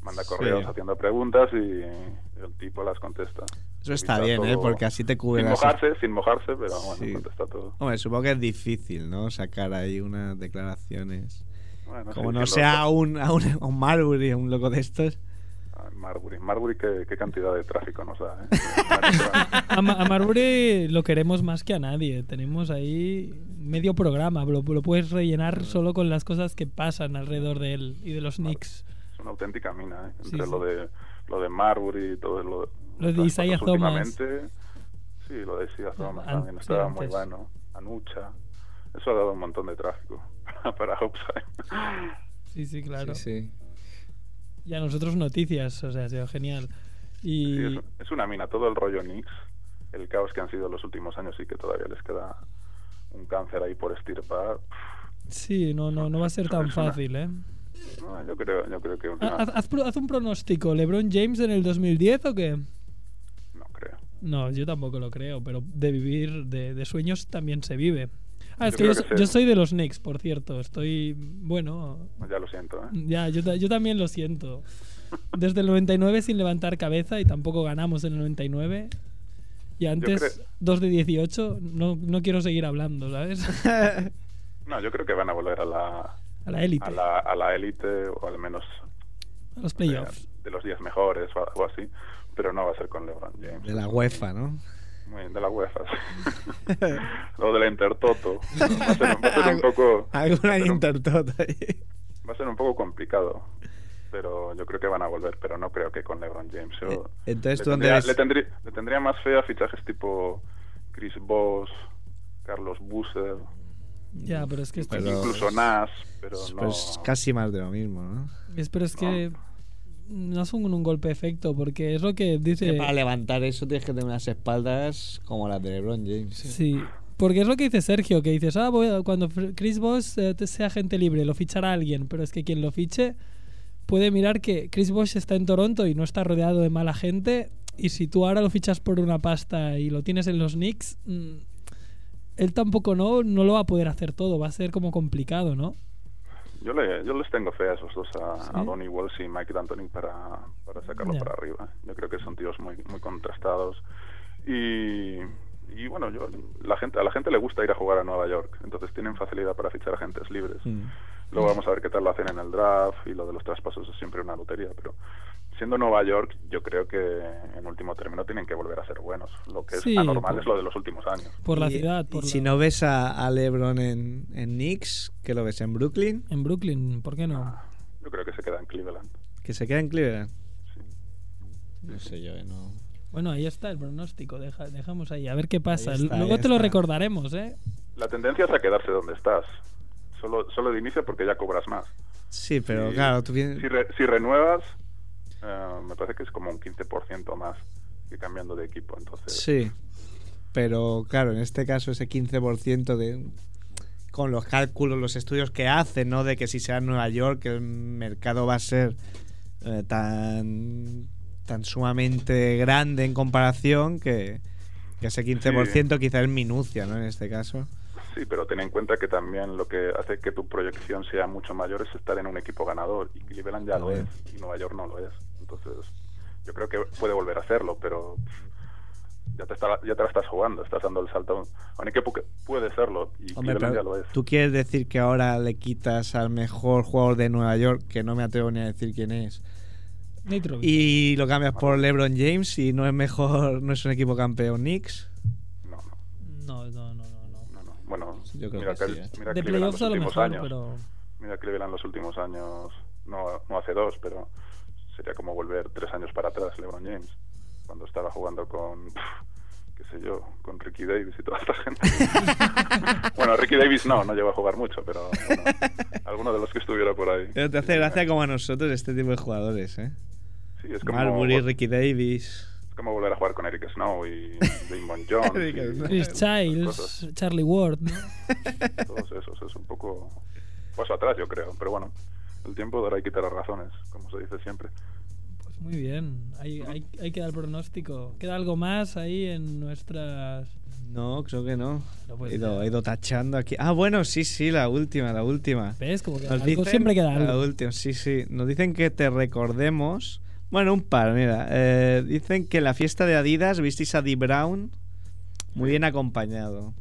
manda correos haciendo preguntas y el tipo las contesta.
Eso está
Quizá
bien, ¿eh?
todo-
Porque así te cubre
sin
las...
mojarse, sin mojarse, pero bueno,
Sí.
contesta todo.
Hombre, supongo que es difícil, ¿no? Sacar ahí unas declaraciones.
Bueno,
Como
sí,
no
siendo-
sea un, a un, a un Marbury, un loco de estos.
Ah, Marbury. Marbury, ¿qué, qué cantidad de tráfico nos da. ¿eh?
A, Ma- a Marbury lo queremos más que a nadie. Tenemos ahí medio programa. Lo, lo puedes rellenar solo con las cosas que pasan alrededor de él y de los Knicks.
es una auténtica mina. ¿eh?
Sí,
Entre
sí.
lo, de, lo de Marbury y todo lo,
Lo de
las
Isaiah
cosas
Thomas.
últimamente. Sí, lo de Isaiah Thomas
An-
también
sí,
estaba muy
antes.
bueno. Anucha. Eso ha dado un montón de tráfico <laughs> para Upside.
Sí, sí, claro.
Sí, sí.
Y a nosotros noticias, o sea, ha sido genial.
Sí,
Y
es, es una mina. Todo el rollo Knicks, el caos que han sido los últimos años y que todavía les queda un cáncer ahí por estirpar.
sí, no, no, no va a ser tan fácil, ¿eh?
No, yo, creo, yo creo que...
Ha-
una-
Haz, haz pro- haz un pronóstico. ¿LeBron James en el 2010 o qué?
no creo.
No, yo tampoco lo creo, pero de vivir, de, de sueños también se vive. Ah, es
Yo
que
creo
yo,
que
so-
sí.
yo soy de los Knicks, por cierto. Estoy, bueno,
Ya lo siento. ¿eh?
ya, yo, ta- yo también lo siento. Desde el 99 sin levantar cabeza y tampoco ganamos en el 99. Y antes,
creo-
2 de 18, no, no quiero seguir hablando,
<laughs>
¿sabes?
No, yo creo que van a volver a la,
A la élite,
a
a,
la, a la élite o al menos
los
eh,
playoffs.
de los 10 mejores o algo así, pero no va a ser con LeBron James.
De la UEFA, ¿no?
Muy de
<laughs>
la UEFA. sí. Lo del Intertoto. Va a ser, un- va a
<laughs>
ser un poco
Alguna
Pero-
intertota ahí.
va a ser un poco complicado, pero yo creo que van a volver, pero no creo que con LeBron James. Yo-
Eh, entonces,
le,
¿tú dónde
tendría,
ves?
le tendría- le tendría más fe a fichajes tipo Chris Boss, Carlos Busser,
Ya, pero es que esto-
Pero-
incluso Nas, pero
Pues
no.
Este es casi más de lo mismo, ¿no?
es- pero es que no es un, un golpe efecto, porque es lo que dice...
Que Para levantar eso tienes que tener unas espaldas como las de LeBron James.
Sí, porque es lo que dice Sergio, que dices, ah, voy a- cuando Fr- Chris Bosch eh, te- sea gente libre, lo fichará alguien, pero es que quien lo fiche puede mirar que Chris Bosch está en Toronto y no está rodeado de mala gente, y si tú ahora lo fichas por una pasta y lo tienes en los Knicks, mm, él tampoco no, no lo va a poder hacer todo, va a ser como complicado, ¿no?
Yo, le- yo les tengo fe a esos dos, a,
¿Sí?
a Donny Wells y Mike D'Antoni para, para sacarlo
Ya.
para arriba. Yo creo que son tíos muy, muy contrastados. Y, y bueno, yo, la gente, a la gente le gusta ir a jugar a Nueva York, entonces tienen facilidad para fichar agentes
Hmm.
libres. Luego vamos a ver qué tal lo hacen en el draft y lo de los traspasos es siempre una lotería, pero siendo Nueva York, yo creo que en último término tienen que volver a ser buenos. Lo que es
Sí, pues.
anormal
por-
es lo de los últimos años.
Por la
Y-
ciudad,
y
por
si
la-
no ves a, a LeBron en, en Knicks, que lo ves en Brooklyn,
en Brooklyn, ¿por qué no?
Yo creo que se queda en Cleveland.
que se queda en Cleveland.
Sí.
No sé yo, eh, no.
Bueno, ahí está el pronóstico, deja- dejamos ahí, a ver qué pasa.
Ahí está,
Luego
ahí
te lo
está.
recordaremos, ¿eh?
La tendencia es a quedarse donde estás. Solo, solo de inicio porque ya cobras más.
Sí, pero
Sí.
claro, tú vienes.
Si, re- si renuevas, eh, me parece que es como un 15% más que cambiando de equipo. Entonces,
Sí. Pero claro, en este caso ese 15% de con los cálculos, los estudios que hacen, ¿no? De que si sea en Nueva York el mercado va a ser eh, tan tan sumamente grande en comparación que, que ese 15% quizás es minucia, ¿no? En este caso.
Sí, pero ten en cuenta que también lo que hace que tu proyección sea mucho mayor es estar en un equipo ganador. Y Cleveland ya lo
También.
es, y Nueva York no lo es. Entonces, yo creo que puede volver a hacerlo, pero pff, ya te, está- ya te la estás jugando, estás dando el salto a un, a un equipo que puede serlo, y
Hombre,
Cleveland ya
pero
lo es.
tú quieres decir que ahora le quitas al mejor jugador de Nueva York, que no me atrevo ni a decir quién es,
Nitrovic.
y lo cambias por LeBron James y no es mejor, no es un equipo campeón Knicks.
No, no,
No, no, no, no. no.
no, no. Bueno,
Yo creo
mira,
que
Cal-
sí, ¿eh?
mira
de
Cleveland los
playoffs a lo
últimos
mejor,
años.
pero...
<laughs> Mira Cleveland los últimos años, no, no hace dos, pero sería como volver tres años para atrás, LeBron James, cuando estaba jugando con, pf, qué sé yo, con Ricky Davis y toda
<laughs>
esta gente. bueno, Ricky Davis no, no llegó a jugar mucho, pero bueno, alguno de los que estuviera por ahí.
Pero te hace gracia como a nosotros este tipo de jugadores, ¿eh?
Sí, es como,
Marbury, Ricky Davis. <laughs>
es como volver a jugar con Eric Snow y Damon
Eric
Jones. y
Chris Childs,
cosas.
Charlie Ward, ¿no?
Todos esos, es un poco paso atrás, yo creo, pero bueno. El tiempo dará y quitará razones, como se dice siempre.
Pues muy bien, ahí, ahí, ahí queda el pronóstico. ¿Queda algo más ahí en nuestras...?
No, creo que no.
No puede
He ido,
ser.
he ido tachando aquí. Ah, bueno, sí, sí, la última, la última.
¿Ves? Como que
Nos
algo
dicen-
siempre queda
La
algo.
última, sí, sí. Nos dicen que te recordemos. Bueno, un par, mira. Eh, dicen que en la fiesta de Adidas visteis a Dee Brown muy bien acompañado.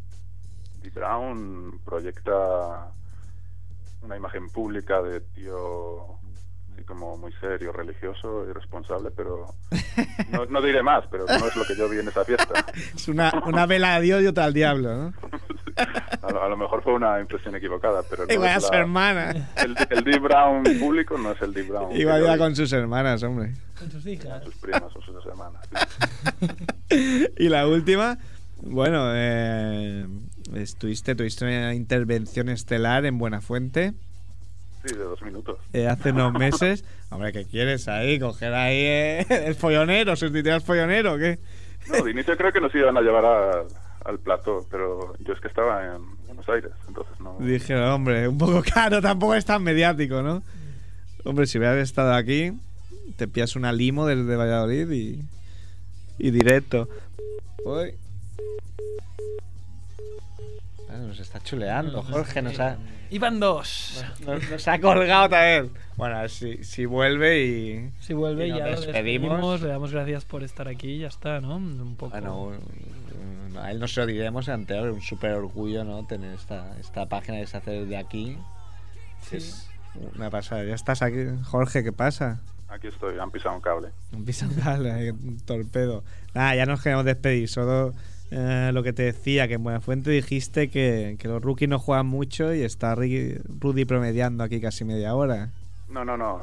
D. Brown proyecta una imagen pública de tío así como muy serio, religioso y responsable, pero no, no diré más, pero no es lo que yo vi en esa fiesta.
Es una, una vela a Dios y otra al diablo, ¿no?
A lo, a lo mejor fue una impresión equivocada, pero no
Igual a
es
su
la- <laughs>
hermana.
el, el D. Brown público no es el D. Brown. que
Igual
yo
iba
vi
con sus hermanas, hombre.
Con sus
con
hijas.
sus primas o sus hermanas. sí.
<laughs> Y la última, bueno, eh, estuviste, tuviste una intervención estelar en Buenafuente
Sí, de dos minutos.
eh, hace unos meses. Hombre, ¿qué quieres ahí? ¿Coger ahí eh, el follonero? ¿Sustituir al follonero o qué?
No, de inicio creo que nos iban a llevar a- al plató, pero yo es que estaba en Buenos Aires, entonces no...
Dije, hombre, un poco <laughs> caro, tampoco es tan mediático, ¿no? Hombre, si hubieras estado aquí, te pillas una limo desde Valladolid y, y directo. Uy. Ah, Nos está chuleando, Jorge, nos ha...
Iban Ah. dos.
Nos, nos ha colgado también. Bueno, si, si vuelve y.
Si vuelve
Y nos
ya lo
despedimos.
despedimos, le damos gracias por estar aquí y ya está, Ah, ¿no? Un poco.
Bueno, un- un- a él no se lo diremos ante ahora, un súper orgullo, ¿no? Tener esta, esta página de hacer de aquí.
Sí.
Es una pasada. Ya estás aquí, Jorge, ¿qué pasa?
Aquí estoy, han pisado un cable.
Un pisangal, eh, un torpedo. Nada, ya nos queremos despedir. Solo eh, lo que te decía, que en Buenafuente dijiste que, que los rookies no juegan mucho y está Ricky- Rudy promediando aquí casi media hora.
No, no, no.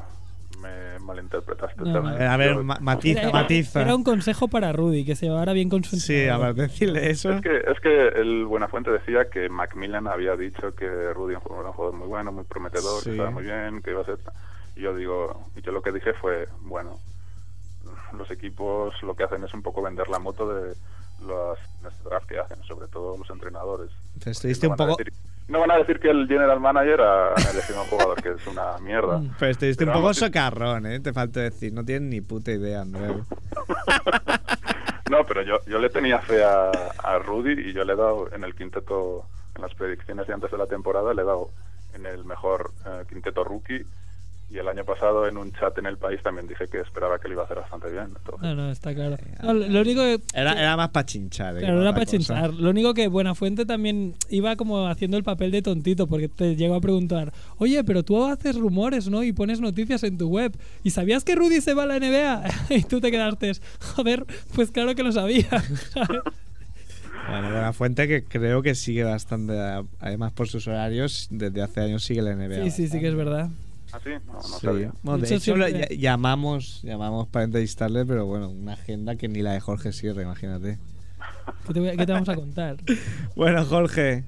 Me malinterpretaste.
No,
¿sabes?
A ver, a ver,
Yo-
ma-
Era-
matiza,
era-
matiza.
Era un consejo para Rudy, que se llevara bien con su
Sí, a ver,
entrenador.
decirle eso.
Es que, es que el Buenafuente decía que Macmillan había dicho que Rudy era un jugador muy bueno, muy prometedor,
Sí.
que estaba muy bien, que iba a ser... Y yo digo, y yo lo que dije fue, bueno, los equipos lo que hacen es un poco vender la moto de las las draft que hacen, sobre todo los entrenadores.
Pero estuviste un
Porque no van a
poco,
decir- no van a decir que el general manager ha elegido a un jugador que es una mierda.
Mm.
<laughs> pero estuviste
Pero
un poco
vamos, sí.
socarrón, ¿eh? Te falta decir, no tienes ni puta idea, Andreu.
No, pero yo, yo le tenía fe a, a Rudy y yo le he dado en el quinteto, en las predicciones de antes de la temporada, le he dado en el mejor eh, quinteto rookie Y el año pasado en un chat en el país también dije que esperaba que lo iba a hacer bastante bien. Entonces,
No, no, está claro. No, lo único que.
Era, era más para chinchar. eh,
Claro,
que
era
otra
para
cosa.
chinchar. Lo único que Buenafuente también iba como haciendo el papel de tontito, porque te llegó a preguntar, oye, pero tú haces rumores, ¿no? Y pones noticias en tu web. ¿Y sabías que Rudy se va a <laughs> la NBA? y tú te quedaste, joder, pues claro que lo sabía. <laughs> ¿sabes?
Bueno, buena fuente que creo que sigue bastante, a- además por sus horarios, desde hace años sigue la NBA.
sí, sí, sí que es verdad.
¿ah, sí? No, no
Sí.
sabía.
Bueno, de
Mucho
hecho, lo-
siempre-
ll- llamamos, llamamos para entrevistarle, pero bueno, una agenda que ni la de Jorge cierra, imagínate.
¿Qué te, voy a- qué te vamos a contar?
Bueno, Jorge,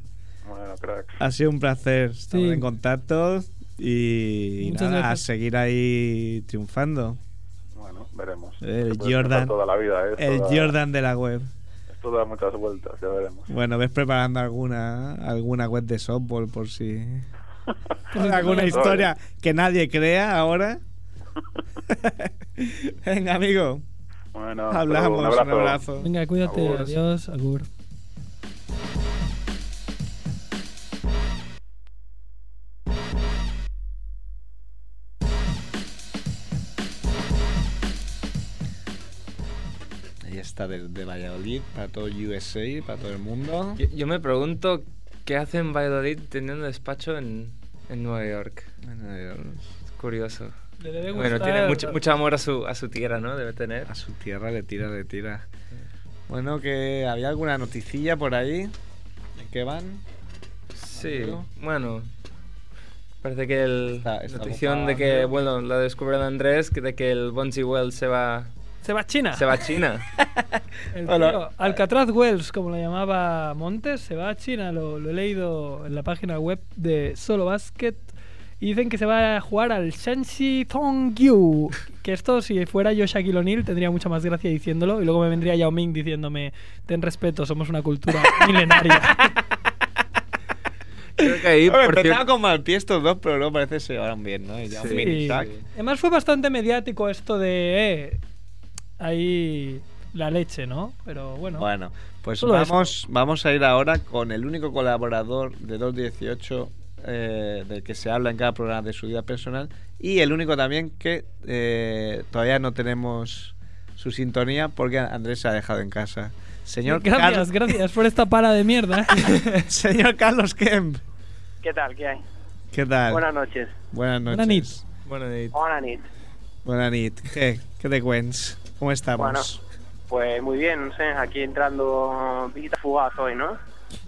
Bueno, cracks.
ha sido un placer estar
Sí.
en contacto y
Muchas
nada, a
gracias.
seguir ahí triunfando.
Bueno, veremos.
El
Se puede pensar
Jordan.
Toda la vida, ¿eh?
El
Esto da-
Jordan de la web.
Esto da muchas vueltas, ya veremos.
Bueno, ves preparando alguna alguna web de softball por si <laughs> alguna
Pues,
no.
historia que nadie crea ahora. Venga, amigo.
Bueno, hasta luego,
Hablamos, un abrazo.
Venga, cuídate.
Agur.
Adiós, Agur.
Ahí está de, de Valladolid para todo USA, para todo el mundo.
Yo, yo me pregunto qué hace en Valladolid teniendo despacho en, en Nueva York. Es curioso.
Le debe
Bueno, tiene mucho, mucho amor a su, a su tierra, ¿no? Debe tener.
A su tierra le tira, le tira. Bueno, que había alguna noticilla por ahí. ¿De qué van?
Sí,
Amigo.
bueno. Parece que el
Está- está
notición de
ocupado,
que,
amigo.
bueno, la descubrió Andrés, que de que el Bonzi Wells se va,
Se va a China.
se va a China.
El
Hola.
tío, Alcatraz Wells, como lo llamaba Montes, se va a China. Lo, lo he leído en la página web de Solo Basket. Y dicen que se va a jugar al Shanxi Tongyu. Que esto, si fuera yo Shaquille O'Neal, tendría mucha más gracia diciéndolo. Y luego me vendría Yao Ming diciéndome: Ten respeto, somos una
<laughs>
cultura milenaria.
Creo que ahí,
Hombre,
por cier-
empezaron con mal pie estos dos, pero luego parece que se llevaron bien, ¿no? Y ya un
Sí.
mini sac.
Sí.
Además, fue bastante mediático esto de. eh, ahí la leche, ¿no? Pero bueno.
Bueno, pues
Solo
vamos, vamos a ir ahora con el único colaborador de 218 eh, del que se habla en cada programa de su vida personal y el único también que eh, todavía no tenemos su sintonía porque Andrés se ha dejado en casa. Señor,
gracias,
Carlos-
gracias por esta para
<laughs>
de mierda.
señor Carlos Kemp,
¿Qué tal? ¿Qué hay?
¿qué tal?
Buenas noches.
Buenas noches.
Buenas nit.
Bueno, y-
Hola, Nit.
Buenas nit. ¿Qué, ¿Qué te cuentes? ¿Cómo estamos?
Pues muy bien, no sé, aquí entrando visita fugaz hoy, ¿no?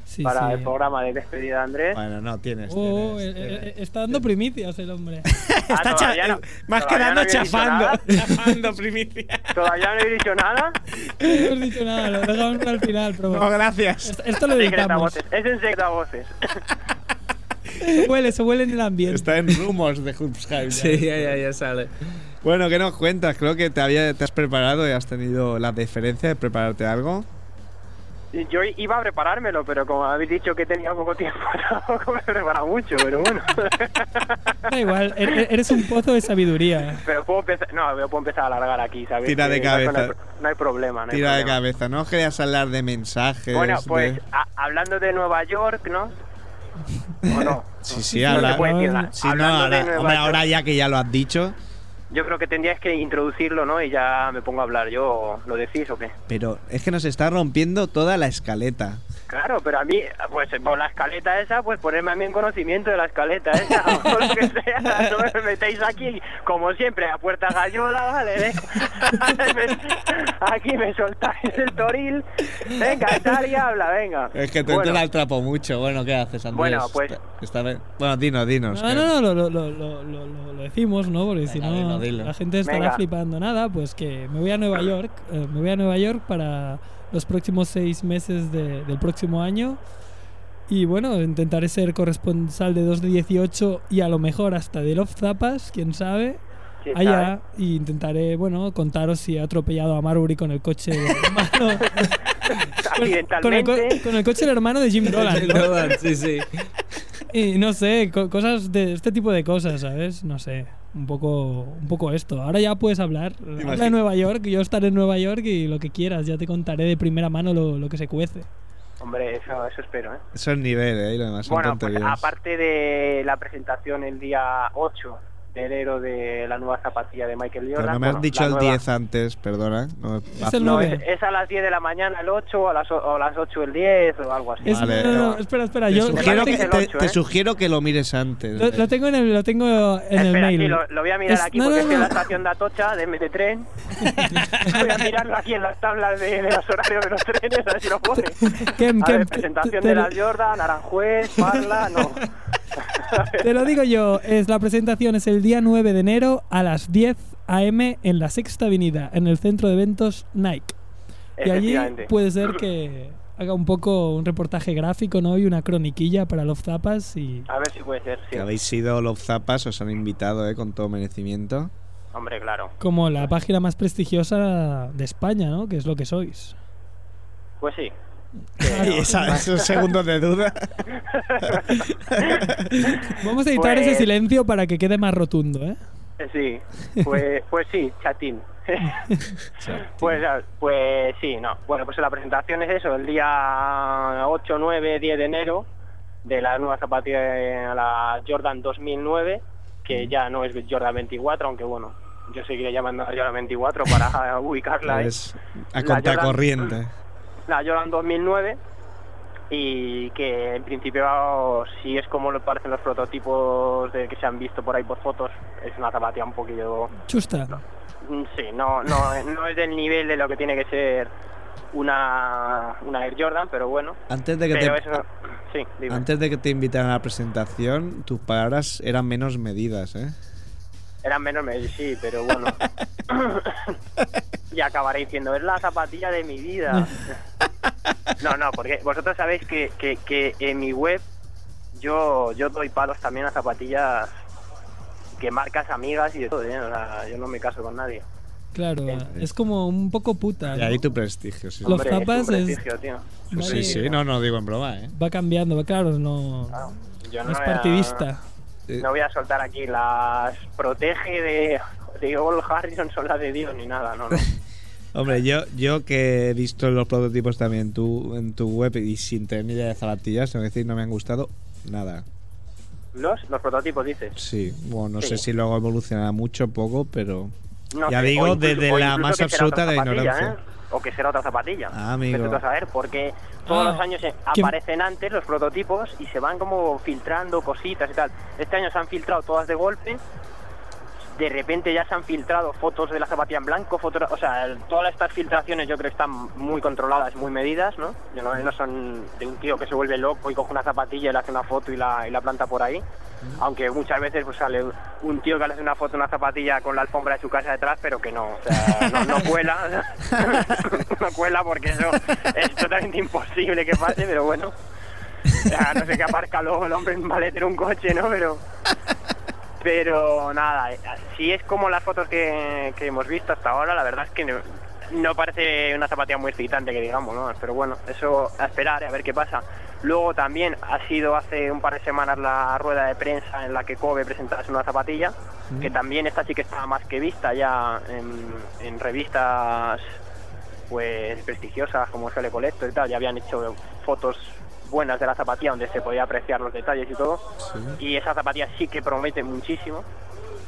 Sí,
Para
sí.
el programa de despedida de Andrés.
Bueno, no, tienes.
Oh,
tienes,
eh,
tienes.
eh, está dando primicias el hombre. <laughs>
Está
cha- Más que dando chafando. Chafando, primicia.
Todavía no he dicho nada.
No hemos dicho nada, lo dejamos para el final, pero
No,
bueno.
gracias.
Esto- Esto lo
Secreta
editamos.
voces. Es en secreta voces.
Se huele, se huele en el ambiente.
Está en rumos de Hoops Hype.
sí, ya, ya, ya sale.
Bueno, ¿qué nos cuentas? Creo que te, había, te has preparado y has tenido la deferencia de prepararte algo.
Yo iba a preparármelo, pero como habéis dicho que tenía poco tiempo, <laughs> tampoco me he preparado mucho, pero bueno. <laughs>
Da igual, e- e- eres un pozo de sabiduría.
Pero puedo empezar, no, yo puedo empezar a alargar aquí, ¿sabes?
Tira de
Eh, no hay-
cabeza.
No hay problema, no hay
Tira de
problema.
cabeza, no querías hablar de mensajes.
Bueno,
de-
pues a- hablando de Nueva York, ¿no? ¿O no?
<laughs> Sí, sí,
No se
habla.
puede decir nada.
Sí, no,
Hablando de
ahora,
Nueva
hombre,
York,
ahora ya que ya lo has dicho.
Yo creo que tendrías que introducirlo, ¿no? Y ya me pongo a hablar yo, ¿o ¿lo decís o qué?
Pero es que nos está rompiendo toda la escaleta.
Claro, pero a mí, pues por la escaleta esa, pues ponerme a mí en conocimiento de la escaleta esa, <laughs> o lo que sea. No me metéis aquí, como siempre, a puerta gallola, vale. de- <laughs> aquí me soltáis el toril. Venga, sal y habla, venga.
Es que te
Bueno,
entra el trapo mucho. Bueno, ¿qué haces, Andrés?
Bueno, pues-
Está- está bien. bueno, dinos, dinos.
No,
que-
no, no, lo, lo, lo, lo, lo- lo- lo decimos, ¿no? Porque si
Venga,
no,
dilo, dilo.
la gente estará
Venga.
flipando. Nada, pues que me voy a Nueva York. eh, me voy a Nueva York para los próximos seis meses de- del próximo año. Y bueno, intentaré ser corresponsal de 2 de 18 y a lo mejor hasta de Love Zapas, quién sabe.
¿qué tal?
allá y intentaré, bueno, contaros si he atropellado a Marbury con el coche del
<laughs>
hermano. con, con el co-
Accidentalmente.
con el coche del hermano
<laughs>
de Jim
<laughs>
Dolan. ¿no?
Dolan, sí, sí.
Y no sé, co- cosas de este tipo de cosas, ¿sabes? No sé. Un poco, un poco esto. Ahora ya puedes hablar. Habla de Nueva York, yo estaré en Nueva York y lo que quieras. Ya te contaré de primera mano lo, lo que se cuece.
Hombre, eso, eso espero, ¿eh?
Eso es nivel, ¿eh? Y lo demás son
Bueno, pues
tonterías.
aparte de la presentación el día 8 enero de la nueva zapatilla de Michael Jordan.
Pero no me has
Bueno,
dicho
la
el
nueva.
10 antes, perdona. No,
Es el
No,
9.
es, es a las 10 de la mañana el 8 o a las, o- o a las 8 el 10 o algo así.
Es-
Vale.
no, no, espera, espera.
te,
Yo
sugiero
lo,
que,
es el
te-
ocho,
te
¿eh?
sugiero que lo mires antes. eh,
lo- lo tengo en el, lo tengo en el
Espera,
mail.
sí, lo, lo voy a mirar
Es-
aquí
no,
porque
no,
estoy en la
no.
estación de Atocha de,
<laughs>
de tren. voy a mirarlo aquí en las tablas de, de los horarios de los trenes, a ver si lo pone.
Kem,
A ver,
Kem, te-
presentación
te-
de la Jordan, Aranjuez,
<laughs>
Parla, no.
Te lo digo yo, es la presentación es el día 9 de enero a las 10 a.m. en la Sexta Avenida, en el centro de eventos Nike. Y allí pues-
Efectivamente.
puede ser que haga un poco un reportaje gráfico, ¿no? Y una croniquilla para los zapas y...
A ver si puede ser, sí.
Que habéis sido los zapas, os han invitado, eh, con todo merecimiento.
Hombre, claro.
Como la página más prestigiosa de España, ¿no? Que es lo que sois.
Pues sí.
<laughs> Y esa, esos segundos de
<laughs>
duda.
Vamos a editar ese
Pues-
silencio para que quede más rotundo, ¿eh?
Eh, Sí, pues, pues sí, chatín. <laughs> pues, ah, pues sí, no. Bueno, pues la presentación es eso, el día 8, 9, 10 de enero de la nueva zapatilla de la Jordan 2009, que ya no es Jordan 24, aunque bueno, yo seguiré llamando a Jordan 24 para <laughs> ubicarla. ¿eh?
Es a
La
contracorriente.
la Jordan 2009 y que en principio si es como lo parecen los prototipos de que se han visto por ahí por fotos es una zapatilla un poquillo
Chusta.
mm, sí no no <laughs> no es del nivel de lo que tiene que ser una una Air Jordan pero bueno
Antes de que
pero
te,
eso sí dime.
Antes de que te invitaran a la presentación, tus palabras eran menos medidas, ¿eh?
eran menos meses sí
<laughs>
pero bueno y acabaré diciendo es la zapatilla de mi
<laughs>
vida no no porque vosotros sabéis que, que, que en mi web yo yo doy palos también a zapatillas que marcas amigas y de todo ¿eh? O sea, yo no me caso con nadie
Claro, es como un poco puta.
Y
¿no?
ahí tu prestigio, sí.
Los
Hombre, es un
tapas es-
prestigio, tío.
Sí,
Vale.
sí, sí, no, no digo en broma, ¿eh?
Va cambiando, va claro, no...
Claro, yo
no es
voy a-
partidista.
Eh,
no voy a soltar aquí las protege de de Old Harrison son las de Dios ni nada no, no.
Hombre, yo, yo que he visto los prototipos también en tu, en tu web y sin tener ni idea de zapatillas, tengo que decir, no me han gustado nada.
los los prototipos dices
Sí, bueno, no
Sí.
sé si luego evolucionará mucho poco, pero...
No
Ya
sé,
digo,
o incluso-
desde
o
la
incluso
más
que será otra
absoluta de
zapatilla,
ignorancia.
¿eh? O que será otra zapatilla.
Ah, amigo.
Vete tú a saber, porque todos
Ah,
los años eh,
que-
aparecen antes los prototipos y se van como filtrando cositas y tal. Este año se han filtrado todas de golpe. De repente ya se han filtrado fotos de la zapatilla en blanco, fotos, o sea, el- todas estas filtraciones yo creo que están muy controladas, muy medidas, ¿no? Yo no, no son de un tío que se vuelve loco y coge una zapatilla y le hace una foto y la, y la planta por ahí aunque muchas veces pues, sale un tío que le hace una foto, una zapatilla con la alfombra de su casa detrás, pero que no, o sea, no, no cuela, <laughs> no cuela porque eso es totalmente imposible que pase, pero bueno, O sea, no sé qué aparca luego el hombre en un maletero un coche, ¿no? Pero, pero nada, eh, si es como las fotos que, que hemos visto hasta ahora, la verdad es que no, no parece una zapatilla muy excitante que digamos, ¿no? Pero bueno, eso a esperar, a ver qué pasa. Luego también ha sido hace un par de semanas la rueda de prensa en la que Kobe presentase una zapatilla, que también esta sí que estaba más que vista ya en, en revistas pues prestigiosas como Sole Colecto y tal, ya habían hecho fotos buenas de la zapatilla donde se podía apreciar los detalles y todo. Y esa zapatilla sí que promete muchísimo.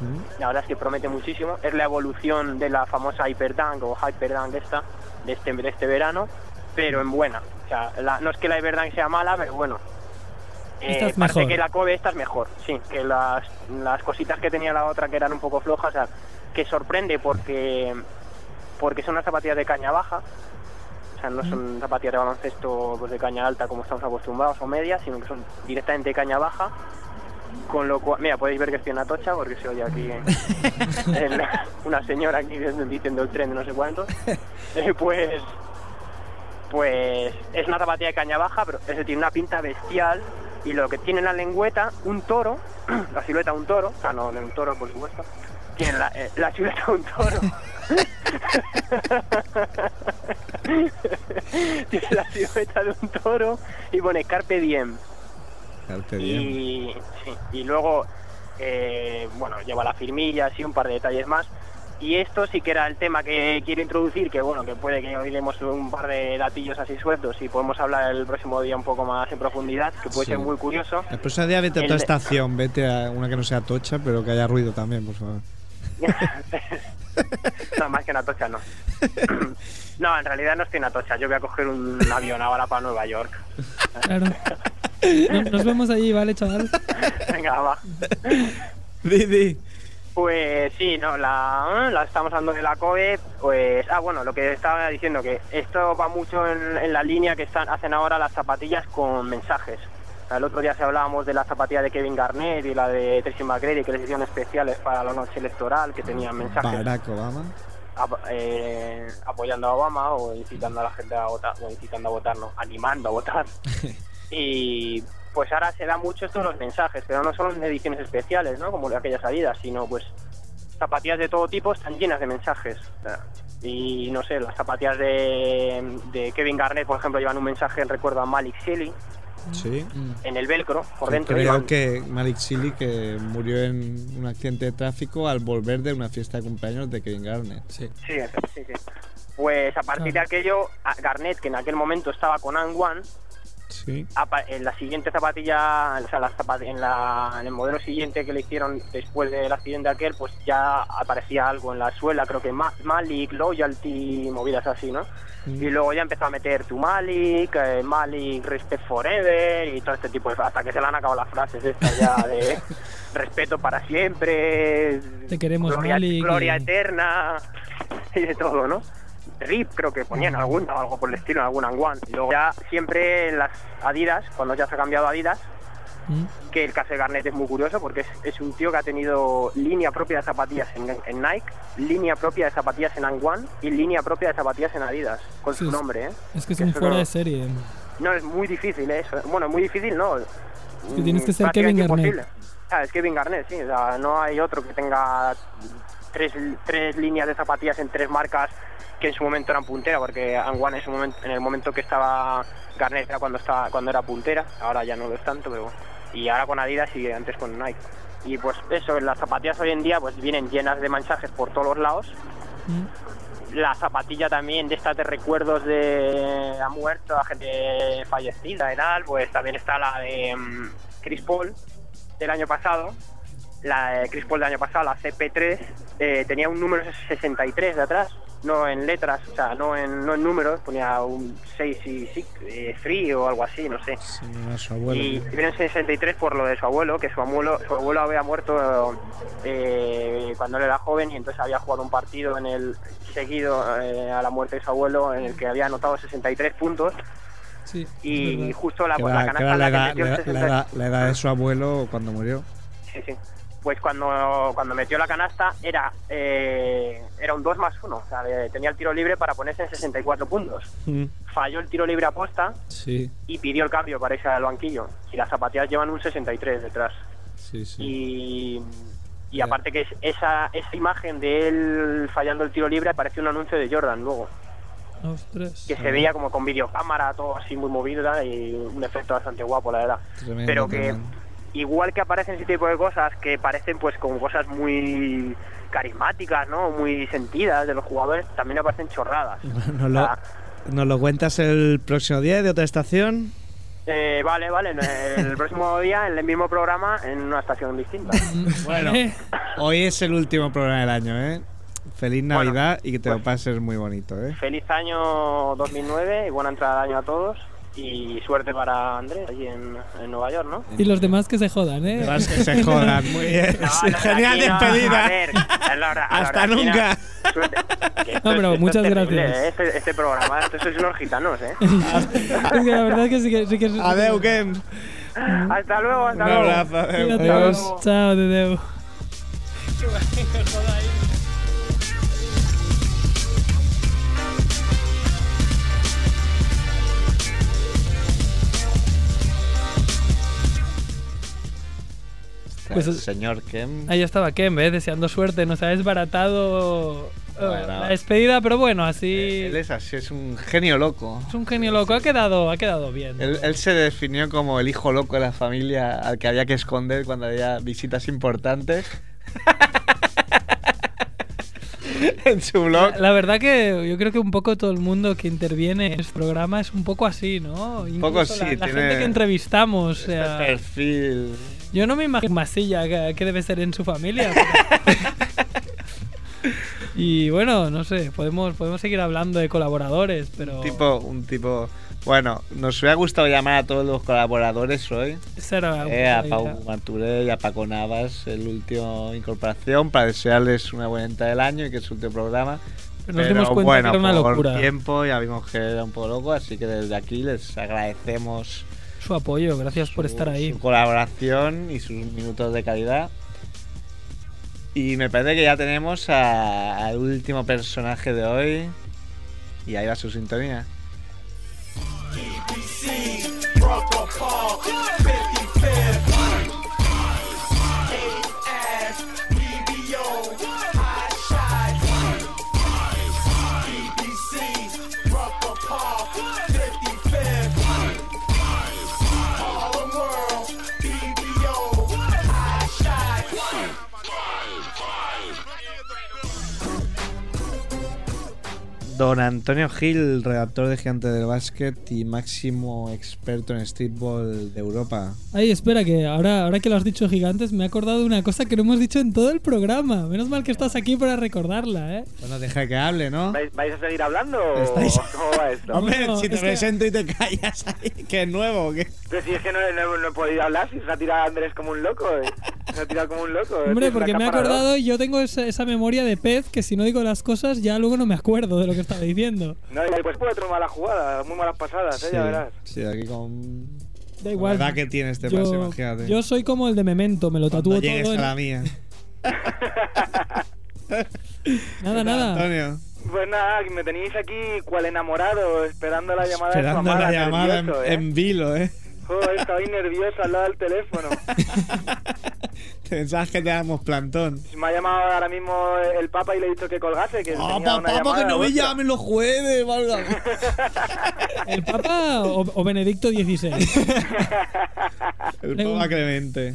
mm,
La verdad es que promete muchísimo. Es la evolución de la famosa Hyperdunk o Hyperdunk esta de este, de este verano, pero en buena. O sea, la- no es que la Hyperdunk sea mala, pero bueno. Eh,
Esta es
parece
mejor.
que la Kobe esta es mejor, sí. Que las, las cositas que tenía la otra que eran un poco flojas, o sea, que sorprende porque, porque son unas zapatillas de caña baja. O sea, no
Mm.
son zapatillas de baloncesto pues, de caña alta como estamos acostumbrados o media, sino que son directamente de caña baja. Con lo cual, mira, podéis ver que estoy en Atocha porque se oye aquí eh, el- una señora aquí diciendo el tren de no sé cuánto. Eh, pues, pues es una zapatilla de caña baja, pero ese tiene una pinta bestial y lo que tiene en la lengüeta, un toro, <clears throat> la silueta de un toro, ah no, de un toro por supuesto, tiene la, eh, la silueta de un toro. <laughs> tiene la silueta de un toro y pone Carpe Diem.
Carpe
Mm.
diem.
Y, sí, y luego, eh, bueno, lleva la firmilla, así un par de detalles más. Y esto sí que era el tema que quiero introducir, que bueno, que puede que hoy demos un par de datillos así sueltos y podemos hablar el próximo día un poco más en profundidad, que puede
Sí.
ser muy
<laughs>
curioso.
El próximo día vete a
El
otra
de-
estación, vete a una que no sea tocha, pero que haya ruido también, por favor.
no, más que una tocha no. no, en realidad no estoy en Atocha, yo voy a coger un avión ahora para Nueva York.
Claro. No- Nos vemos allí, ¿vale, chaval?
Venga, va. Pues sí, no, la, la estamos hablando de la COE, pues, ah, bueno, lo que estaba diciendo, que esto va mucho en, en la línea que están, hacen ahora las zapatillas con mensajes. El otro día se hablábamos de la zapatilla de Kevin Garnett y la de Tracy McGrady, que les hicieron especiales para la noche electoral, que tenían mensajes
Barack Obama.
ap- eh, apoyando a Obama o incitando a la gente a votar, o incitando a votar, no, animando a votar. y pues ahora se da mucho esto en los mensajes, pero no solo en ediciones especiales, ¿no? Como aquellas salidas, sino pues zapatillas de todo tipo están llenas de mensajes. O sea, Y no sé, las zapatillas de, de Kevin Garnett, por ejemplo, llevan un mensaje en recuerdo a Malik Shelley
Sí.
en el velcro, Mm. por
Que
dentro.
Creo
llevan-
que Malik Chili que murió en un accidente de tráfico al volver de una fiesta de cumpleaños de Kevin Garnett.
Sí.
Sí, sí, sí. Pues a partir de
Claro.
aquello, a- Garnett, que en aquel momento estaba con Anne One,
Sí.
apa- en la siguiente zapatilla, o sea, la zapa- en, la- en el modelo siguiente que le hicieron después del accidente aquel, pues ya aparecía algo en la suela, creo que Ma- Malik, Loyalty, movidas así, ¿no?
Mm.
Y luego ya empezó a meter tu Malik, eh, Malik, Respect Forever y todo este tipo de hasta que se le han acabado las frases estas
<laughs>
ya de respeto para siempre,
Te queremos,
gloria,
Malik,
gloria
y-
eterna y de todo, ¿no? RIP creo que ponían alguna o algo por el estilo, en algún Anguan. Y luego ya siempre en las Adidas, cuando ya se ha cambiado a Adidas,
Mm.
que el caso de Garnett es muy curioso porque es, es un tío que ha tenido línea propia de zapatillas en, en Nike, línea propia de zapatillas en Anguan y línea propia de zapatillas en Adidas, con
Sí,
su
es-
nombre, ¿eh?
Es que es
Que
un
eso
fuera
no-
de serie. Mm,
No, es muy difícil ¿eh? eso. Bueno, muy difícil no.
que tienes
Mm,
que ser Kevin
prácticamente
Garnett.
imposible. Ah, es Kevin Garnett, sí. O sea, no hay otro que tenga tres, tres líneas de zapatillas en tres marcas que en su momento eran puntera, porque Anguan en, su momento, en el momento que estaba Garnett era cuando, estaba, cuando era puntera, ahora ya no lo es tanto, pero bueno. Y ahora con Adidas y antes con Nike. Y pues eso, las zapatillas hoy en día pues vienen llenas de mensajes por todos los lados
Mm.
la zapatilla también de estas de recuerdos de ha muerto, a gente fallecida y tal, pues también está la de mm, Chris Paul del año pasado, la de Chris Paul del año pasado, la CP3, eh, tenía un número 63 de atrás, no en letras, o sea, no en, no en números, ponía un 6 y 6, eh, 3 o algo así, no sé.
Sí, era su abuelo.
Y vino en 63 por lo de su abuelo, que su abuelo, su abuelo había muerto eh, cuando él era joven y entonces había jugado un partido en el seguido eh, a la muerte de su abuelo en el que había anotado 63 puntos
Sí, es
y
verdad.
justo la,
Que
la
era- que
canasta
era
en
la
la que
edad,
metió el
la edad- la
63.
edad- la edad de su abuelo cuando murió.
Sí, sí. Pues cuando, cuando metió la canasta era, eh, era un 2 más 1, o sea, eh, tenía el tiro libre para ponerse en 64 puntos. Falló el tiro libre a posta
Sí,
y pidió el cambio para irse al banquillo. Y las zapatillas llevan un 63 detrás.
sí, sí.
Y, y
Ya.
aparte que es- esa, esa imagen de él fallando el tiro libre apareció un anuncio de Jordan luego,
Ostras.
que se veía como con videocámara, todo así muy movido ¿verdad? y un efecto bastante guapo, la verdad.
Tremendo,
Pero que
tremendo.
igual que aparecen ese tipo de cosas que parecen pues como cosas muy carismáticas, ¿no? Muy sentidas de los jugadores, también aparecen chorradas. <laughs>
Nos lo,
Ah.
nos lo cuentas el próximo día de otra estación.
Eh, vale, vale, en el próximo día en el mismo programa en una estación distinta. <laughs>
Bueno,
Eh,
hoy es el último programa del año, ¿eh? Feliz
Bueno,
Navidad y que te lo
pues-
pases muy bonito, ¿eh?
Feliz año 2009 y buena entrada de año a todos. Y suerte para Andrés allí en, en Nueva York,
<laughs>
¿no?
y los demás que se jodan, ¿eh?
Vas que se jodan, muy bien.
<laughs> No,
<laughs>
no,
Genial
aquí no,
despedida.
a ver, a la hora- a la
Hasta
hora, aquí no.
nunca. <laughs>
Suerte. Que esto
No, pero
es- esto es
muchas
terrible,
gracias.
¿eh? Este, este programa, estos sois unos gitanos,
<laughs>
¿eh?
<laughs> es que la verdad que sí que... Sí que sí que-
Adeu, Ken.
Hasta luego, hasta
Un
luego.
abrazo. adeu.
Cuídate.
Adiós.
Chao, Dedeu. Pues-
El señor Kem.
Ahí estaba Ken, ¿ves? Deseando suerte. Nos ha desbaratado eh,
Bueno.
la despedida, pero bueno,
Eh,
así...
Él es así, es un genio loco.
Es un genio loco. Ha quedado, ha quedado bien.
Él, él se definió como el hijo loco de la familia al que había que esconder cuando había visitas importantes.
<laughs> en su blog.
La verdad que yo creo que un poco todo el mundo que interviene en este programa es un poco así, ¿no? Un
poco sí,
La, la
tiene-
gente que entrevistamos. o
Este
sea,
perfil.
yo no me imagino masilla que, que debe ser en su
<laughs>
familia. pero- y bueno, no sé, podemos, podemos seguir hablando de colaboradores, pero...
Tipo, un tipo. Bueno, nos hubiera gustado llamar a todos los colaboradores hoy.
será
eh, a Pau Maturé y a Paco Navas, el último incorporación, para desearles una buena entrada del año y que es su último programa.
Pero nos dimos cuenta
bueno,
que era una
por
locura.
tiempo ya vimos que era un poco loco, así que desde aquí les agradecemos
Su apoyo, gracias por
su-
estar ahí.
su colaboración y sus minutos de calidad. Y me parece que ya tenemos a- al último personaje de hoy. Y ahí va su sintonía.
Don Antonio Gil, redactor de Gigante del Básquet y máximo experto en streetball de Europa.
Ay, espera, que ahora, ahora que lo has dicho gigantes, me he acordado de una cosa que no hemos dicho en todo el programa. Menos mal que estás aquí para recordarla, ¿eh?
Bueno, deja que hable, ¿no?
¿Vais, vais a seguir hablando o
Estáis-
cómo va esto?
Hombre,
No,
si te
es que-
presento y te callas ahí, que es nuevo, que
Pero si es que no, no- no he podido hablar, si se ha tirado Andrés como un loco, eh. Se ha tirado como un loco. eh.
Hombre,
Es un
porque me he
acaparador.
acordado y yo tengo esa, esa memoria de pez que si no digo las cosas ya luego no me acuerdo de lo que estaba diciendo.
No, y después puede otro mala jugada, muy malas pasadas, eh, ya verás.
sí, aquí con
Da
la
igual.
edad que tiene este pase,
yo,
imagínate.
yo soy como el de Memento, me lo
Cuando
tatúo todo.
llegues
en-
a la mía.
Nada, nada.
Antonio,
Pues nada, que me tenéis aquí cual enamorado, esperando la llamada de
esperando
tu amada,
la llamada en,
nervioso, eh.
en vilo, ¿eh? <laughs>
Joder, estaba ahí nervioso al lado del teléfono.
Te Pensabas que te damos plantón.
Me ha llamado ahora mismo el Papa y le he dicho que colgase, que
¡Ah,
tenía una llamada vuestra.
los jueves, valga!
<laughs>
¿El Papa o, o Benedicto XVI?
El
Pregunta.
Papa Clemente.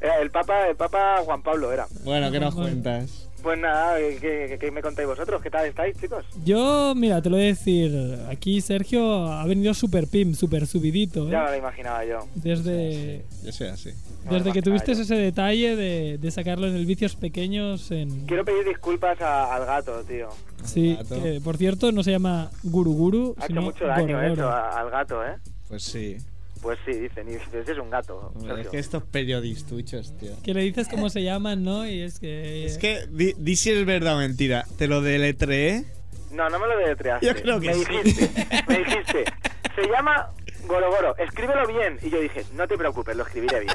Era Eh, El Papa, el Papa Juan Pablo era.
Bueno, ¿qué nos cuentas?
Pues nada, eh, ¿qué, qué- qué me contáis vosotros? ¿Qué tal estáis, chicos?
Yo, mira, te lo voy a decir. Aquí Sergio ha venido super pim, super subidito. ¿eh?
Ya me lo imaginaba yo.
Desde,
Yo soy así.
No
desde
me
que
imaginaba
tuviste
yo.
ese detalle de, de sacarlo en el Vicios Pequeños en...
Quiero pedir disculpas a- al gato, tío.
Sí,
Gato.
que, por cierto no se llama Guru Guru,
Ha hecho
sino
mucho daño
Gorgoro.
eso a- al gato, ¿eh?
Pues sí.
Pues sí, dicen, y dices, es un gato.
Hombre, es
Sergio.
que estos periodistuchos, tío.
Que le dices cómo se llaman, ¿no? Y es que...
Es que di, di si es verdad o mentira. Te lo deletreé.
No, no me lo deletreaste.
Yo creo que
me
sí.
dijiste,
<laughs>
me dijiste, se llama Gorogoro, escríbelo bien. Y yo dije, no te preocupes, lo
<laughs>
escribiré bien.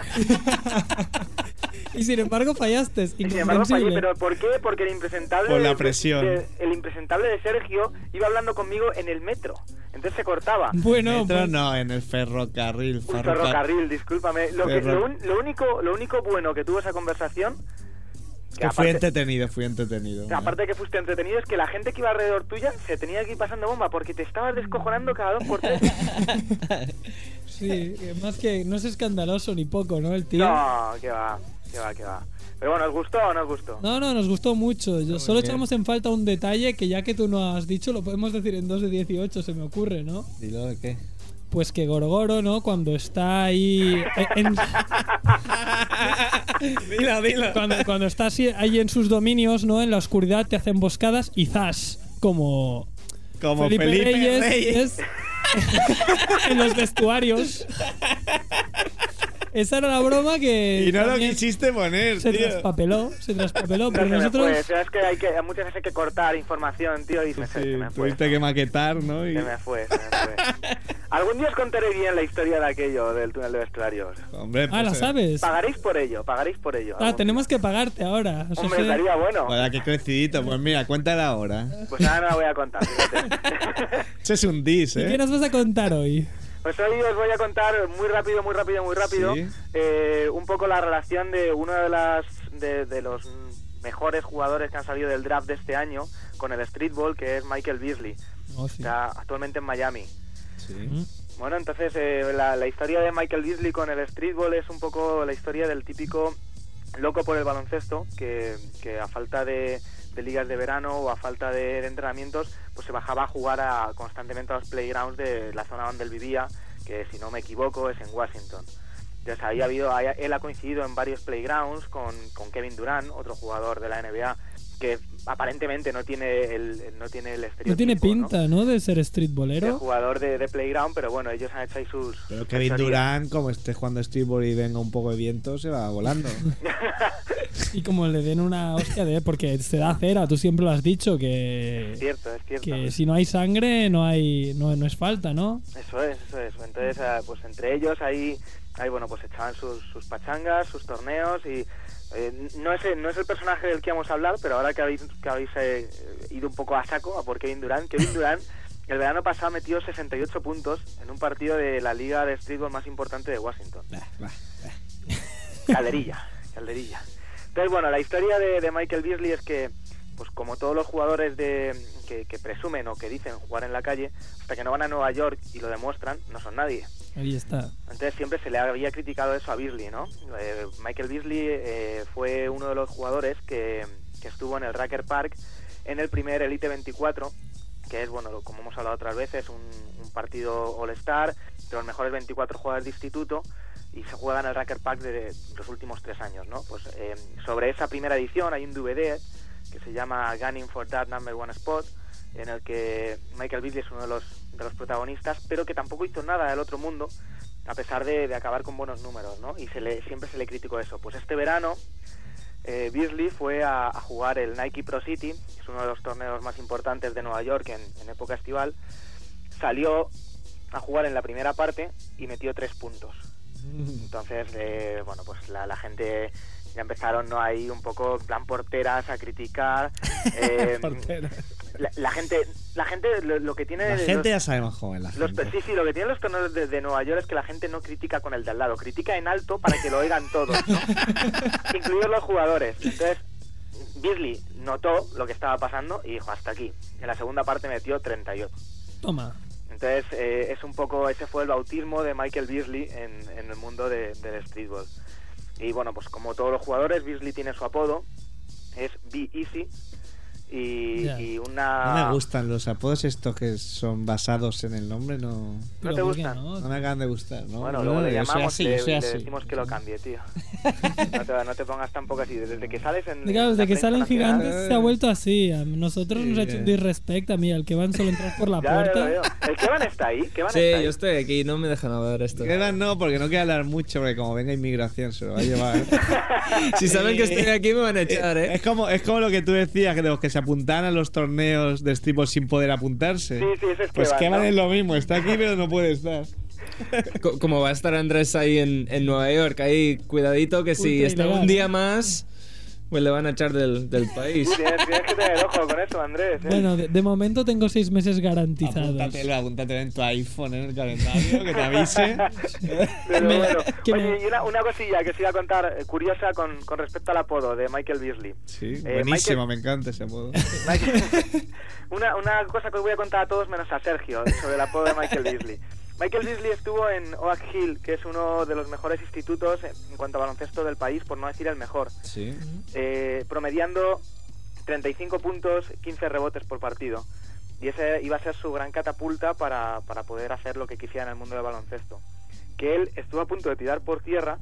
Y sin embargo fallaste, es
Y sin embargo fallé,
incomprensible.
pero ¿por qué? Porque el impresentable...
Por la
de-
presión.
de- el impresentable de Sergio iba hablando conmigo en el metro. Entonces se cortaba.
Mm.
Bueno,
Metro
pues,
no, en el ferrocarril.
Un
ferrocar-
ferrocarril, discúlpame. Lo, que-
Ferro-
lo un- lo único, lo único bueno que tuvo esa conversación...
Que
que
fui
aparte-
entretenido, fui entretenido.
Aparte de que fuiste entretenido, es que la gente que iba alrededor tuya se tenía que ir pasando bomba porque te estabas descojonando cada dos
<laughs>
por tres.
<laughs> pues, sí, que más que no es escandaloso ni poco, ¿no? El tío.
No, que va, que va, que va. Pero bueno, ¿os gustó o no os gustó?
No, no, nos gustó mucho. Yo- solo echamos en falta un detalle que ya que tú no has dicho, lo podemos decir en 2 de 18, se me ocurre, ¿no?
Dilo de qué.
Pues que Gorgoro, ¿no? Cuando está ahí... eh,
<laughs>
en-
Dilo, dilo.
cuando, cuando estás ahí en sus dominios, ¿no? En la oscuridad te hacen emboscadas y zas, como
Como
Felipe,
Felipe,
Reyes,
Reyes.
es- <laughs> en los vestuarios. Esa era la broma que
Y no lo
eh, también
quisiste poner,
se
tío.
traspapeló, se traspapeló,
No
pero
se me
nosotros
fue, tío, es que hay que muchas veces hay que cortar información, tío, y me, se- se
Sí,
me fue.
tuviste que maquetar, ¿no? Y...
Se me fue, se me
<laughs>
fue. Algún día os contaré bien la historia de aquello del túnel de vestuarios.
Hombre, pues,
Ah, la
eh,
sabes.
Pagaréis por ello, pagaréis por ello.
Ah, tenemos que pagarte ahora. O sea,
Hombre,
que-
estaría bueno.
Vaya, qué crecidito. Pues mira, cuéntala ahora.
Pues ahora no la voy a
<laughs>
contar. fíjate.
Ese es un dis,
¿Y
¿eh?
qué nos vas a contar hoy?
Pues hoy os voy a contar muy rápido, muy rápido, muy rápido
Sí.
eh, un poco la relación de uno de, las, de, de los mm, mejores jugadores que han salido del draft de este año con el streetball, que es Michael Beasley. Está actualmente en Miami.
¿Mm?
Bueno, entonces eh, la, la historia de Michael Beasley con el streetball es un poco la historia del típico loco por el baloncesto que, que a falta de,
de ligas de verano o a falta de, de entrenamientos, pues se bajaba a jugar a- constantemente a los playgrounds de la zona donde él vivía, que si no me equivoco es en Washington. Entonces ahí ha habido, ahí- él ha coincidido en varios playgrounds con, con Kevin Durant, otro jugador de la NBA, que aparentemente no tiene el, no tiene el
No tiene
estereotipo, ¿no?
pinta, ¿no? De ser
de
streetbolero.
jugador de, de playground, pero bueno, ellos han hecho ahí sus...
Pero Kevin
teorías.
Durant, como esté jugando streetball y venga un poco de viento, se va volando.
Y como le den una hostia de. Porque se da cera, tú siempre lo has dicho,
Es
que.
<laughs> cierto, es cierto.
Que si no hay sangre, no hay. No, no es falta, ¿no?
Eso es, eso es. Entonces, ah, pues entre ellos ahí, ahí bueno, pues echaban sus, sus pachangas, sus torneos y... eh, no, es, el- no es el personaje del que vamos a hablar, pero ahora que habéis, que habéis eh, ido un poco a saco a por Kevin Durant, Kevin Durant el verano pasado metió 68 puntos en un partido de la liga de streetball más importante de Washington.
Bah, bah.
Calderilla, calderilla. Entonces, bueno, la historia de, de Michael Beasley es que, pues como todos los jugadores de, que, que presumen o que dicen jugar en la calle, hasta que no van a Nueva York y lo demuestran, no son nadie.
Ahí está.
Entonces siempre se le había criticado eso a Beasley, ¿no? Eh, Michael Beasley eh, fue uno de los jugadores que, que estuvo en el Racker Park en el primer Elite 24, que es, bueno, lo- como hemos hablado otras veces, un, un partido All-Star de los mejores 24 jugadores de instituto y se juega en el Racker Park de los últimos tres años, ¿no? Pues eh, sobre esa primera edición hay un DVD que se llama Gunning for That Number One Spot, en el que Michael Beasley es uno de los, de los protagonistas, pero que tampoco hizo nada del otro mundo, a pesar de, de acabar con buenos números, ¿no? Y se le, siempre se le criticó eso. Pues este verano, eh, Beasley fue a, a jugar el Nike Pro City, que es uno de los torneos más importantes de Nueva York en, en época estival. Salió a jugar en la primera parte y metió tres puntos. Entonces, eh, bueno, pues la, la gente ya empezaron ¿no? ahí un poco, en plan porteras,
<laughs>
a criticar. <laughs> eh, la, la gente, la gente lo, lo que tiene
La
los-
gente ya sabe más joven. La
los,
gente.
sí, sí, lo que tienen los tonos de, de Nueva York es que la gente no critica con el de al lado, critica en alto para que lo oigan todos, ¿no? incluidos los jugadores. Entonces, Beasley notó lo que estaba pasando y dijo, hasta aquí. En la segunda parte metió 38.
Toma.
Entonces, eh, es un poco, ese fue el bautismo de Michael Beasley en, en el mundo de- del streetball. Y bueno, pues como todos los jugadores, Beasley tiene su apodo, es Be Easy. Y,
Ya.
y una...
No me gustan los apodos estos que son basados en el nombre, no,
¿No te
Pero ¿por qué
gustan?
no?
no me acaban de gustar. ¿no?
Bueno,
No,
luego le
yo soy
llamamos
así,
y
yo
le,
soy
le
así.
decimos que lo cambie,
<laughs>
tío. No te, no te pongas tampoco así. Desde que sales en.
Claro,
en la
desde que
prensa
salen
nacional-
gigantes se ha vuelto así. A nosotros nos ha hecho un disrespect a mí, al que van solo entrar por la
<laughs> Ya, ya lo
puerta.
veo. ¿El Kevan está ahí? ¿Kevan
Sí,
está ahí?
yo estoy aquí, no me dejan hablar esto.
Quedan no, porque no quiero hablar mucho, porque como venga inmigración se lo va a llevar.
Si saben que estoy aquí me van a echar,
Es <laughs>
¿eh?
como, es como lo que tú decías, que de los que se apuntaban a los torneos de streetball sin poder apuntarse.
Sí, sí, ese es
pues
Kevan,
Kevan
¿no?
es lo mismo, está aquí pero no puede estar.
Co- Como va a estar Andrés ahí en, en Nueva York, ahí cuidadito que si
Ultra
está
ilegal,
un día
¿eh?
más, pues le van a echar del, del país.
Tienes, tienes que tener ojo con
<laughs>
eso, Andrés. ¿eh?
Bueno, de, de momento tengo seis meses garantizados.
Apúntatelo, apúntatelo en tu iPhone, en el calendario, que te
<laughs>
avise.
<laughs>
Pero
me-
bueno.
que
Oye,
me-
y una, una cosilla que os iba a contar, eh, curiosa con, con respecto al apodo de Michael Beasley.
Sí,
Eh,
buenísimo, me encanta ese apodo.
Michael- una, una cosa que os voy a contar a todos menos a Sergio sobre el apodo de Michael Beasley. Michael Beasley estuvo en Oak Hill, que es uno de los mejores institutos en cuanto a baloncesto del país, por no decir el mejor,
Sí.
eh, promediando 35 puntos, 15 rebotes por partido. Y ese iba a ser su gran catapulta para, para poder hacer lo que quisiera en el mundo del baloncesto. Que él estuvo a punto de tirar por tierra,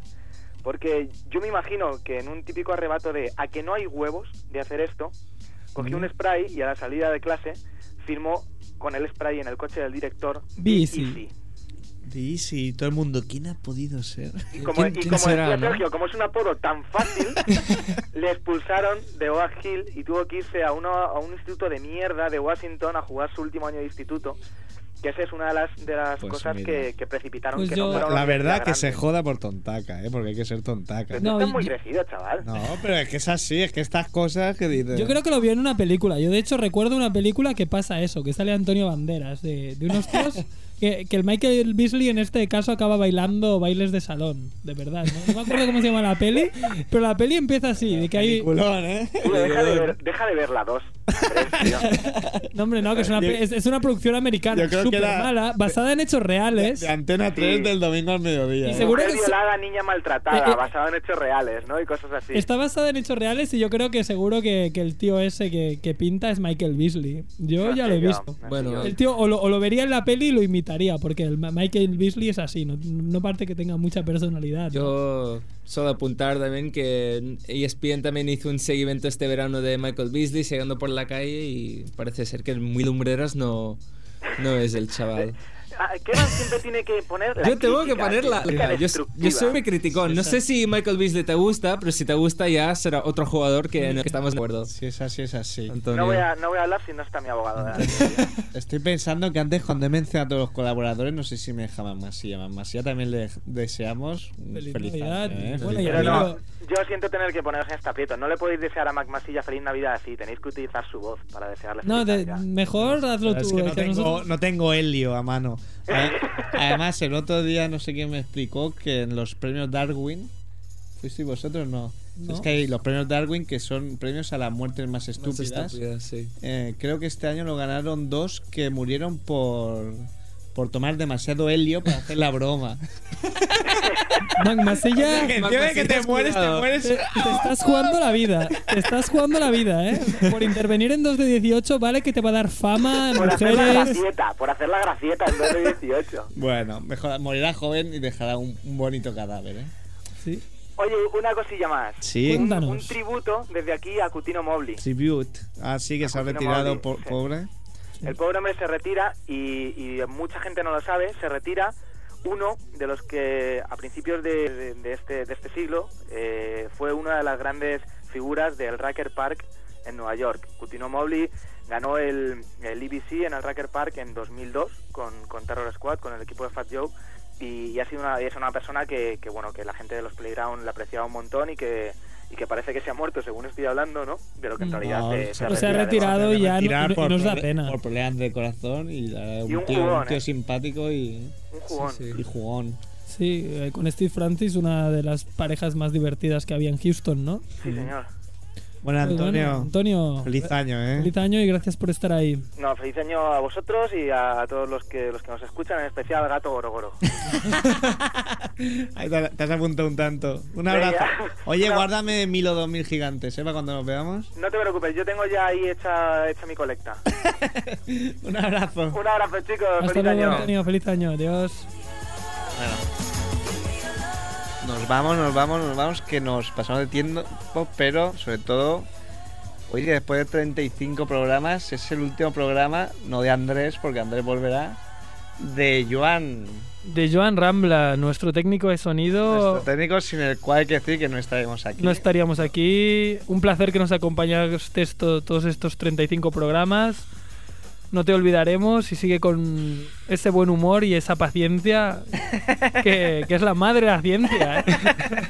porque yo me imagino que en un típico arrebato de a que no hay huevos de hacer esto, cogió un spray y a la salida de clase firmó con el spray en el coche del director.
Bici.
Easy.
Sí, sí, todo el mundo, ¿quién ha podido ser?
Y como,
¿Quién-
y
quién
como
será,
decía
no?
Sergio, como es un apodo
<laughs>
tan fácil, le expulsaron de Oak Hill y tuvo que irse a, uno, a un instituto de mierda de Washington a jugar su último año de instituto. Que esa es una de las, de las
Pues
cosas
mira.
que, que precipitaron
Pues
que
yo-
no fuera
La,
una
la verdad que
universidad
se
grande.
joda por tontaca, ¿eh? porque hay que ser tontaca.
Pero
No,
tú estás muy
yo-
crecido, chaval.
No, pero es que es así, es que estas cosas que dices.
Yo creo que lo vi en una película. Yo, de hecho, recuerdo una película que pasa eso, que sale Antonio Banderas, de, de unos tíos
<laughs>
que, que el Michael Beasley en este caso acaba bailando bailes de salón, de verdad. No, No me acuerdo cómo se llama la peli, pero la peli empieza así, de que hay...
Peliculón, ¿eh?
Tío, deja, de ver, deja de ver la 2.
No, hombre, no, que es una, pe- es, es una producción americana
Yo creo que
súper
era-
mala, basada en hechos reales.
De Antena 3 del domingo al mediodía.
Y
¿eh?
seguro
Mujer
que se-
violada, niña maltratada,
Eh, eh.
basado en hechos reales, ¿no? Y cosas así.
Está basada en hechos reales y yo creo que seguro que, que el tío ese que, que pinta es Michael Beasley. Yo
No
ya
sé
lo he
yo,
visto.
no sé
Bueno,
yo.
El tío o lo, o lo vería en la peli y lo imitaría, porque el Ma- Michael Beasley es así, no, no parte que tenga mucha personalidad. ¿no?
Yo solo apuntar también que E ESPN también hizo un seguimiento este verano de Michael Beasley llegando por la calle y parece ser que el muy lumbreras no, no es el chaval.
Ah, Kevan siempre tiene que poner la
yo tengo que
crítica,
poner la...
crítica
yo, yo
destructiva.
soy muy criticón. No sé si Michael Beasley te gusta, pero si te gusta ya será otro jugador que en el que estamos de acuerdo.
Si es así, es así.
No
Antonio.
voy, a, no voy a hablar si no está mi
<laughs>
abogado. ¿verdad?
Estoy pensando que antes cuando he mencionado a todos los colaboradores, no sé si me dejaban Masía. A Masía también le deseamos un
Feliz
feliz,
Navidad.
año. ¿eh?
Bueno,
Feliz
y
Pero
año.
ahora-
no, yo siento tener que poneros en este aprieto. No le podéis desear a Mac Masilla feliz Navidad así. Tenéis que utilizar su voz para desearle feliz
No, de-
Navidad.
mejor hazlo
Pero
tú.
es que no
que
tengo,
nosotros-
no tengo helio a mano. A- Además, el otro día no sé quién me explicó que en los premios Darwin, ¿fuisteis vosotros? No.
No.
Es que hay los premios Darwin que son premios a las muertes más
Más
estúpidas.
estúpida, sí.
Eh, creo que este año lo ganaron dos que murieron por, por tomar demasiado helio para hacer la broma.
Mac
<laughs> Que
Masella, te,
encima
Marcos,
de que
sí,
te
has
mueres, te
cuidado.
mueres.
te estás jugando la vida. Te estás jugando la vida, ¿eh? Por intervenir en 2 de 18, vale que te va a dar fama,
Por hacer la
mujeres.
gracieta, por hacer la gracieta en 2018.
<laughs> Bueno, mejor, morirá joven y dejará un, un bonito cadáver, ¿eh?
Sí.
Oye, una cosilla más.
Sí.
Un,
Cuéntanos.
un tributo desde aquí a Cutino Mobley.
Tribute. Ah, sí, que se ha
Agustino
retirado
Mauri,
po-
sí.
pobre.
El pobre hombre se retira y, y mucha gente no lo sabe, se retira uno de los que a principios de, de- de este, de este siglo eh, fue una de las grandes figuras del Racker Park en Nueva York. Cutino Mobley ganó el, el EBC en el Racker Park en 2002 con, con Terror Squad, con el equipo de Fat Joe y, y ha sido una, es una persona que, que, bueno que la gente de los Playground la apreciaba un montón y que y que parece que se ha muerto según estoy hablando, ¿no? De lo que en
Mm, No,
realidad se,
pero se ha
retira de
retirado
baloncesto.
y ya no-
Retirar
no-
por
nos da
proble-
pena.
Por problemas de corazón y, la-
Y un
tío,
jugón,
tío
¿eh?
simpático y,
Un jugón.
Sí.
y jugón.
Sí, eh, con Steve Francis, una de las parejas más divertidas que había en Houston, ¿no?
sí señor.
Bueno,
Pues bueno,
Antonio,
Antonio,
eh. feliz año, ¿eh?
feliz año y gracias por estar ahí.
No, feliz año a vosotros y a todos los que los que nos escuchan, en especial al gato Gorogoro.
Ahí te, te has apuntado un tanto. Un abrazo.
Venga.
Oye,
Una-
guárdame mil o dos mil gigantes, ¿eh? Para cuando nos veamos.
No te preocupes, yo tengo ya ahí hecha, hecha mi colecta.
Un abrazo.
Un abrazo, chicos.
Hasta
feliz
luego,
año.
Antonio, feliz año, adiós.
Nos vamos, nos vamos, nos vamos, que nos pasamos de tiempo, pero sobre todo, oye, después de 35 programas, es el último programa, no de Andrés, porque Andrés volverá, de Joan,
De Joan Rambla, nuestro técnico de
nuestro
sonido.
técnico, sin el cual hay que decir que no estaremos aquí.
Oh. No estaríamos aquí. Un placer que nos acompañaste esto- todos estos 35 programas. No te olvidaremos y sigue con ese buen humor y esa paciencia que, que es la madre de la ciencia. ¿eh?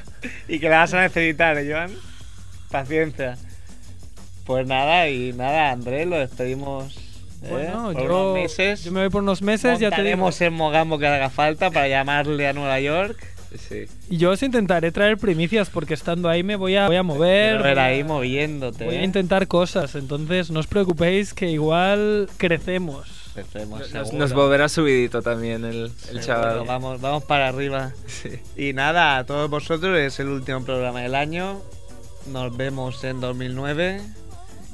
<laughs>
Y que la vas a necesitar, ¿eh, Joan. Paciencia. Pues nada, y nada, Andrés, lo despedimos. ¿eh?
Bueno,
por
yo,
unos meses.
yo me voy por unos meses, ya te digo.
Montaremos en Mogambo que haga falta para llamarle a Nueva York.
Sí.
Y yo os intentaré traer primicias porque estando ahí me voy a, voy a mover.
Pero ver
voy a-
ahí moviéndote.
Eh, Voy a
¿eh?
intentar cosas, entonces no os preocupéis que igual crecemos.
Empecemos,
Nos,
seguro.
nos volverá subidito también el, el
Seguro,
chaval.
Vamos, vamos para arriba.
Sí.
Y nada, a todos vosotros, es el último programa del año. Nos vemos en 2009.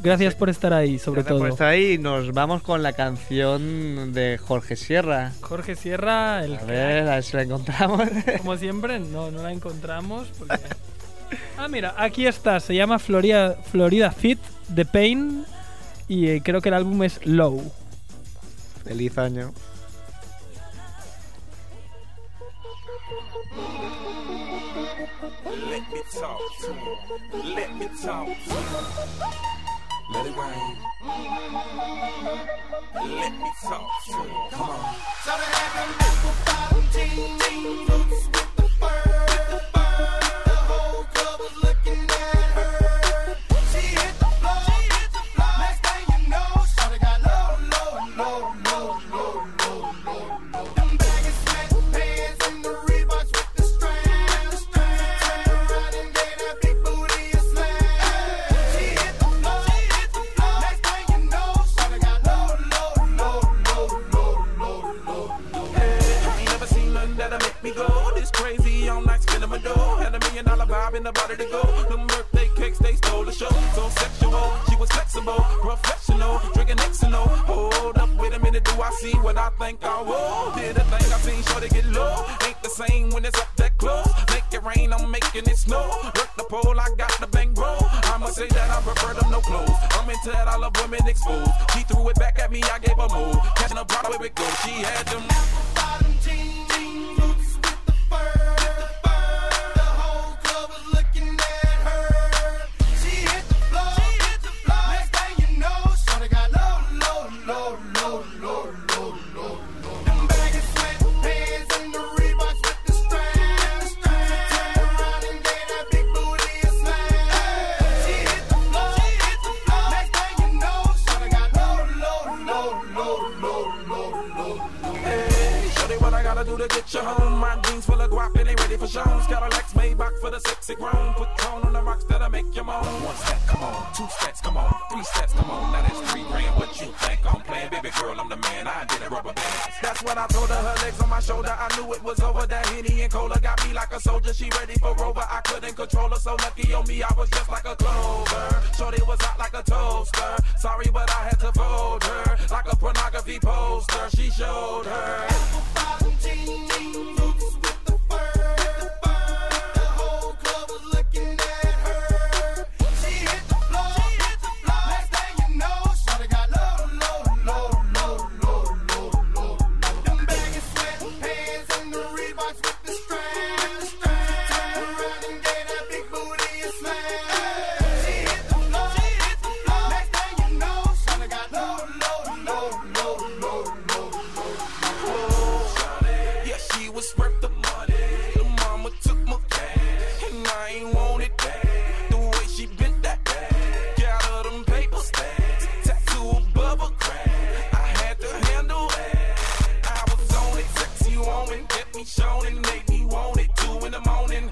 Gracias por estar ahí, sobre
Gracias
todo.
por estar ahí y nos vamos con la canción de Jorge Sierra.
Jorge Sierra, el
A ver, a ver si la encontramos. <laughs>
como siempre, no, no la encontramos. porque- ah, mira, aquí está, se llama Florida, Florida Fit, The Pain, y eh, creo que el álbum es Low.
Feliz año.
Let me talk to him. Let me talk to him. Let it rain. Let me talk to him. Come on. So they had them apple bottom jeans, boots with the fur, with the fur. The whole club was looking at her. She hit the floor. She hit the floor. Next thing you know, shawty got low, low, low, low, low, low, low, low. Them baggy sweatpants and the Reeboks with the straps, the straps. Turned around and gave that big booty a slap. She hit the floor. She hit the floor. Next thing
let me go. This crazy, I'm like spinning my dough. Had a million dollar vibe in the body to go. Them birthday cakes, they stole the show. So sexual, she was flexible, professional, drinking Xano. Hold up, wait a minute, do I see what I think I will? Did a thing I seen, sure they get low. Ain't the same when it's up that close. Make it rain, I'm making it snow. Work the pole, I got the bang roll. I'ma say that I prefer them no clothes. I'm into that, I love women exposed. She threw it back at me, I gave her move. Catching a Broadway with go, she had them. Hey, show what I gotta do to get you home. My jeans full of guap and they ready for shows. Got a Lex Maybach for the sexy grown. Put tone on the rocks that'll make you moan. One step, come on. Two steps, come on. Three steps, come on. Now that's three grand. What you think I'm playing? Baby girl, I'm the man. I did a rubber band. That's when I told her her legs on my shoulder. I knew it was over. That Henny and Cola got me like a soldier. She ready for Rover. I couldn't control her. So lucky on me, I was just like a clover. Shorty was hot like a toaster. Sorry, but I had to fold her like a pornography poster. She showed her. Yeah, she was worth the money. The mama took my cash, and I ain't want it back. The way she bent that back, got her them paper stacks, tattoo bubble crack. I had to handle that. I was on it, sexy woman, get me shown and make me want it. Two in the morning,